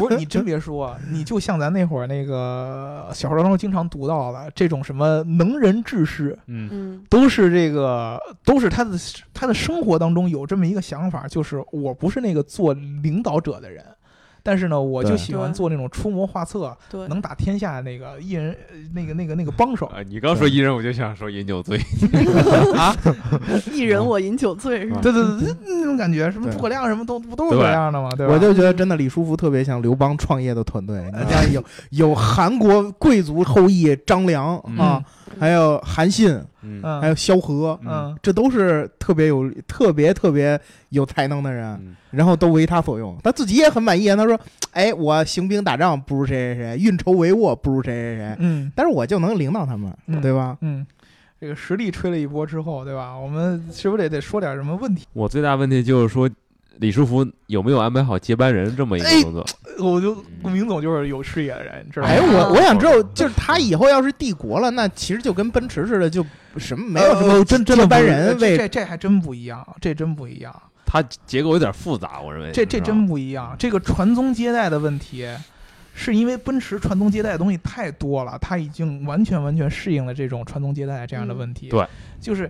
C: 不是你真别说，啊你就像咱那会儿那个小说当中经常读到的这种什么能人志士，
D: 嗯，
A: 嗯
C: 都是这个，都是他的他的生活当中有这么一个想法，就是我不是那个做领导者的人，但是呢，我就
D: 对
C: 喜欢
A: 对
C: 做那种出谋划策、
A: 对，
C: 能打天下那个一人呃那个那个那个帮手。
B: 哎
D: 啊，你刚说一人，我就想说饮酒醉，
A: 一人我饮酒醉是吧？
C: 对对对，嗯对那种感觉，什么
B: 对
C: 诸葛亮什么都不都是
D: 对
C: 这样的嘛，对吧？
B: 我就觉得真的李书福特别像刘邦创业的团队。你像有有韩国贵族后裔张良
D: 嗯
B: 啊，还有韩信，
D: 嗯
B: 还
C: 嗯
B: 有萧何，
C: 嗯，
B: 这都是特别有特别特别有才能的人，
D: 嗯
B: 然后都为他所用。他自己也很满意，啊，他说：“哎，我行兵打仗不如谁谁谁，运筹帷幄不如谁谁谁，
C: 嗯
B: 但是我就能领导他们，
C: 嗯
B: 对吧？
C: 嗯，这个实力吹了一波之后，对吧？我们是不是得得说点什么问题？
D: 我最大问题就是说，李书福有没有安排好接班人这么一
C: 哎
D: 个工作？
C: 呃我就明总就是有视野的人，你知道
B: 嗯
C: 吗？
B: 哎，
A: 啊
D: 哦
B: 我我想知道，就是他以后要是帝国了，那其实就跟奔驰似的，就什么没
D: 哦
B: 有什么
C: 呃真真的
B: 接班
C: 不是
B: 人
C: 这
B: 为
C: 这这还真不一样，这真不一样。
D: 他结构有点复杂，我认为
C: 这这
D: 是吧
C: 真不一样。这个传宗接代的问题，是因为奔驰传宗接代的东西太多了，它已经完全完全适应了这种传宗接代这样的问题。
D: 嗯对，
C: 就是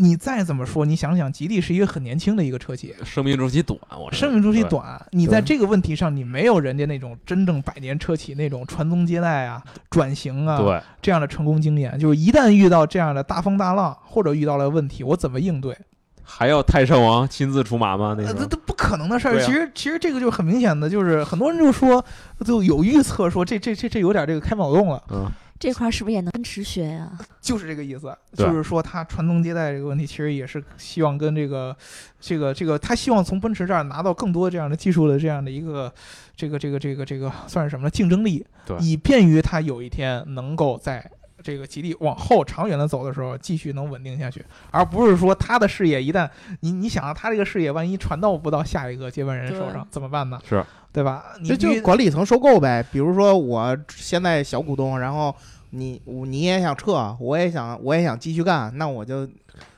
C: 你再怎么说，你想想，吉利是一个很年轻的一个车企。
D: 生命周期短，我认为
C: 生命周期，短，你在
B: 对
C: 这个问题上，你没有人家那种真正百年车企那种传宗接代啊、转型啊
D: 对对
C: 这样的成功经验。就是一旦遇到这样的大风大浪，或者遇到了问题，我怎么应对？
D: 还要太上皇亲自出马吗？那
C: 呃，
D: 时
C: 这
D: 候
C: 这不可能的事儿。
D: 对啊
C: 其实其实这个就是很明显的，就是很多人就说就有预测说这这这这有点这个开脑洞了，
D: 嗯，
E: 这块儿是不是也能跟池学呀、
C: 就是这个意思。
D: 对
C: 就是说他传宗接代这个问题，其实也是希望跟这个这个这个他希望从奔驰这儿拿到更多这样的技术的这样的一个这个这个这个这个算是什么呢？竞争力，
D: 对
C: 以便于他有一天能够在。这个吉利往后长远的走的时候，继续能稳定下去，而不是说他的事业一旦你你想啊，他这个事业万一传到不到下一个接班人手上怎么办呢？
D: 是，
C: 对吧？你
B: 这就
C: 你
B: 管理层收购呗。比如说我现在小股东，然后你我你也想撤，我也想我也想继续干，那我就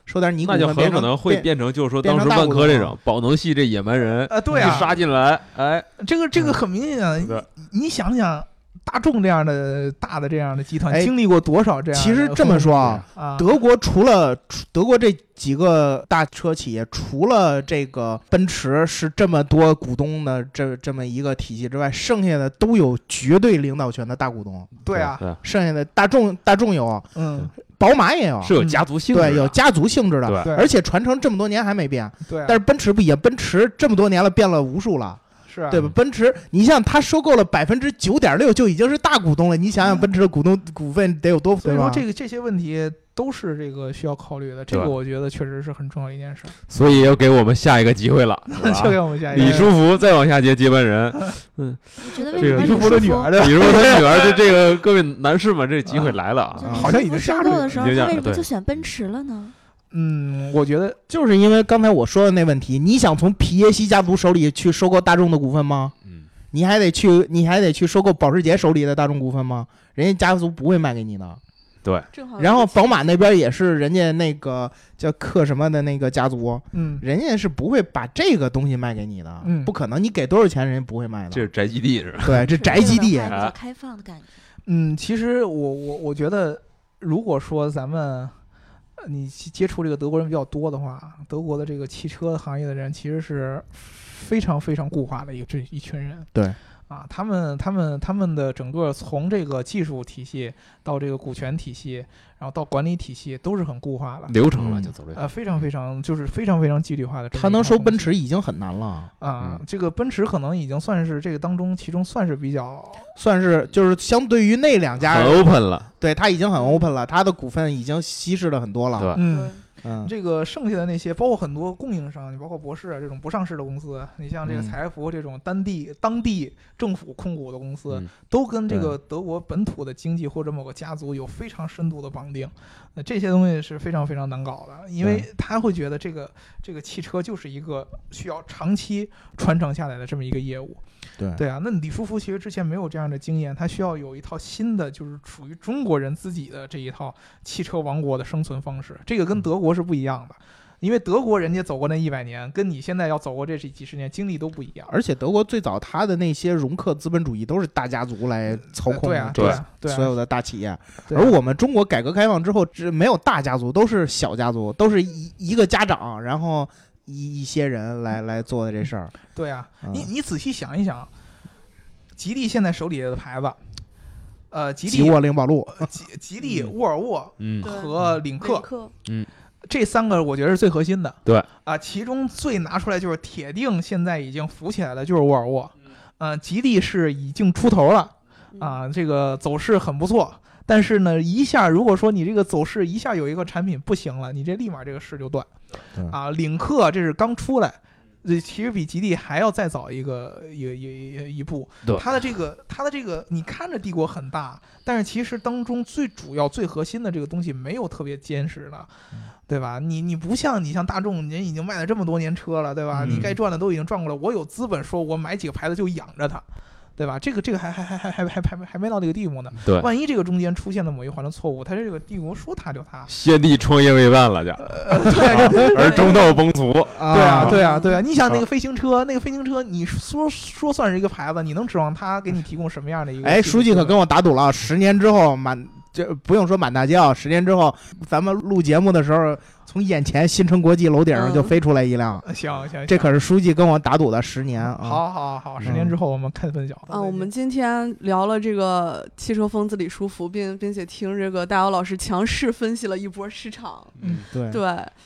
B: 收点你股
D: 那就
B: 份，
D: 很
B: 变
D: 可
B: 成
D: 能会
B: 变
D: 变成，就是说
B: 变
D: 当时
B: 成大
D: 万
B: 股
D: 科这
B: 东
D: 种宝能系这野蛮人
C: 呃，对
D: 一
C: 啊，
D: 杀进来，哎，
C: 这个
B: 嗯
C: 这个很明显啊，
D: 对
C: 你你想想，大众这样的大的这样的集团
B: 哎
C: 经历过多少这样的
B: 其
C: 风风雨
B: 实
C: 雨？
B: 这么说啊，
C: 啊，
B: 德国除了除德国这几个大车企业，除了这个奔驰是这么多股东的这这么一个体系之外，剩下的都有绝对领导权的大股东。
C: 对啊，
D: 对，
B: 剩下的大众大众有，
C: 嗯，
B: 宝马也有，
D: 是有家族性质的，
B: 对有家族性质的，
D: 对
C: 对
B: 而且传承这么多年还没变。
C: 对啊，
B: 但是奔驰不一样，奔驰这么多年了，变了无数了，
C: 是啊
B: 对吧？奔驰，你像它收购了百分之九点六，就已经是大股东了。你想想，奔驰的股东股份得有多，
C: 所
B: 对
C: 以说
B: 吧？
C: 这个这些问题都是这个需要考虑的，这个
D: 对
C: 我觉得确实是很重要的一件事。
D: 所以又给我们下一个机会 了，是吧
C: 就给哎我们下一个
D: 李书福再往下接接 班人，
E: 你觉得为
D: 这
C: 李
D: 个
E: 什么李
C: 书福的女儿对吧
D: 比如说他女儿的这个各位男士们，这机会来了啊！
E: 就
B: 好
C: 像已经
E: 收
C: 下
E: 购
C: 了
E: 的时候，
D: 有点
E: 他为什
D: 对
E: 么就选奔驰了呢？
C: 嗯，我觉得
B: 就是因为刚才我说的那问题，你想从皮耶希家族手里去收购大众的股份吗？
D: 嗯，
B: 你还得去，你还得去收购保时捷手里的大众股份吗？人家家族不会卖给你的。
A: 正好。
B: 然后宝马那边也是人家那个叫克什么的那个家族，
C: 嗯，
B: 人家是不会把这个东西卖给你的，
C: 嗯
B: 不可能，你给多少钱人家不会卖的。
D: 这是宅基地是吧？
B: 对，这
E: 是
B: 宅基地
E: 这个文化比
D: 啊
E: 较开放的感觉。
C: 嗯，其实我我我觉得，如果说咱们呃你接接触这个德国人比较多的话，德国的这个汽车行业的人其实是非常非常固化的一个这一群人。
B: 对。
C: 啊，他们他们他们的整个从这个技术体系到这个股权体系，然后到管理体系都是很固化的，
D: 流程了
B: 嗯
D: 就走这个，
C: 呃，非常非常就是非常非常纪律化的这么一套东西。
B: 他能收奔驰已经很难了，
C: 啊、
D: 嗯
C: 这个奔驰可能已经算是这个当中其中算是比较
B: 算是就是相对于那两家
D: 很，open 了，
B: 对他已经很 open 了，他的股份已经稀释了很多
D: 对
B: 了。
D: 吧？
C: 嗯，
B: 嗯，
C: 这个剩下的那些，包括很多供应商，你包括博士啊这种不上市的公司，啊你像这个
B: 嗯
C: 采埃孚这种当地当地政府控股的公司，
D: 嗯
C: 都跟这个德国本土的经济或者某个家族有非常深度的绑定。那这些东西是非常非常难搞的，因为他会觉得这个这个汽车就是一个需要长期传承下来的这么一个业务。
B: 对
C: 对啊，那李书福其实之前没有这样的经验，他需要有一套新的，就是属于中国人自己的这一套汽车王国的生存方式，这个
B: 嗯
C: 跟德国是不一样的。因为德国人家走过那一百年，跟你现在要走过这几几十年经历都不一样，呃
B: 而且德国最早他的那些容克资本主义都是大家族来操控
C: 对
B: 的
C: 啊，
B: 这
C: 对啊，对
B: 所
C: 啊，
B: 有的大企业，
C: 对啊
B: 而我们中国改革开放之后，这没有大家族，都是小家族，都是一一个家长，然后一一些人来来做的这事儿。
C: 对啊，
B: 嗯
C: 你你仔细想一想，吉利现在手里的牌子，呃，吉
B: 吉
C: 利、
B: 沃灵宝路，
C: 吉吉利、
D: 嗯
C: 沃尔沃
D: 嗯，
A: 对
C: 和领克
A: 克
C: 这三个，我觉得是最核心的。
D: 对
C: 啊，其中最拿出来就是铁定现在已经浮起来的就是沃尔沃，呃，吉利是已经出头了
A: 嗯
C: 啊，这个走势很不错。但是呢，一下如果说你这个走势一下有一个产品不行了，你这立马这个势就断
B: 对。
C: 啊，领克这是刚出来，这其实比吉利还要再早一个一一一一步。
D: 对
C: 它的这个它的这个，你看着帝国很大，但是其实当中最主要、最核心的这个东西没有特别坚实的。对吧？你你不像你像大众，人已经卖了这么多年车了，对吧？
B: 嗯
C: 你该赚的都已经赚过了，我有资本说我买几个牌子就养着它，对吧？这个这个还还还还还还还还没到这个地步呢。
D: 对，。
C: 万一这个中间出现了某一环的错误，它这个帝国说塌就塌
D: 先帝创业未半了就，
C: 呃
D: 啊而中道崩殂，
C: 对
B: 对
C: 啊，对啊，对啊！你想那个飞行车，那个飞行车，你说说算是一个牌子，你能指望它给你提供什么样的一个？
B: 哎，书记可跟我打赌了啊，十年之后满这不用说满大街啊，十年之后咱们录节目的时候，从眼前新城国际楼顶上就
A: 嗯
B: 飞出来一辆，
C: 行行，行
B: 这可是书记跟我打赌的十年啊。，
C: 嗯
B: 嗯
C: 好好好，十年之后我们看分晓。
A: 啊，我们今天聊了这个汽车疯子李书福，并并且听这个大姚老师强势分析了一波市场。
C: 嗯
B: 对，
A: 对，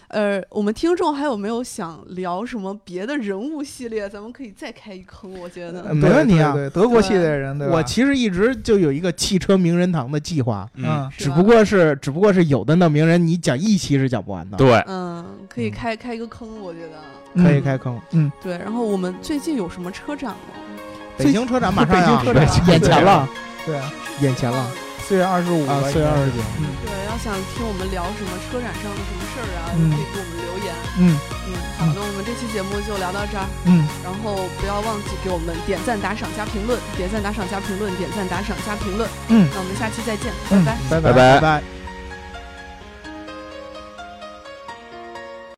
A: 呃，我们听众还有没有想聊什么别的人物系列？咱们可以再开一坑，我觉
C: 对
A: 得
B: 嗯。没问题啊
C: 对，对对德国系列人，对吧？
B: 我其实一直就有一个汽车名人堂的计划，
C: 嗯，
A: 是
B: 只
A: 吧
B: 不过是只不过是有的那名人你讲一期是讲不完的，
D: 对，
A: 嗯，可以开开一个坑，我觉得。
B: 嗯可以开坑。
C: 嗯
A: 对，然后我们最近有什么车展吗？
B: 北京车展马上
C: 北京
B: 要
C: 车展
B: 眼前了，
C: 对啊。
B: 眼前了。
C: 四月二十五
B: 啊，四月二十九，
C: 嗯
A: 对，要想听我们聊什么车展上的什么事儿啊，
C: 嗯
A: 可以给我们留言。
C: 嗯
A: 嗯，好，那我们这期节目就聊到这儿，
C: 嗯，
A: 然后不要忘记给我们点赞、打赏、加评论，点赞、打赏、加评论，点赞、打赏、加评论。
C: 嗯
A: 那我们下期再见，
C: 嗯
A: 拜拜。
C: 拜
D: 拜
C: 拜
D: 拜
B: 拜。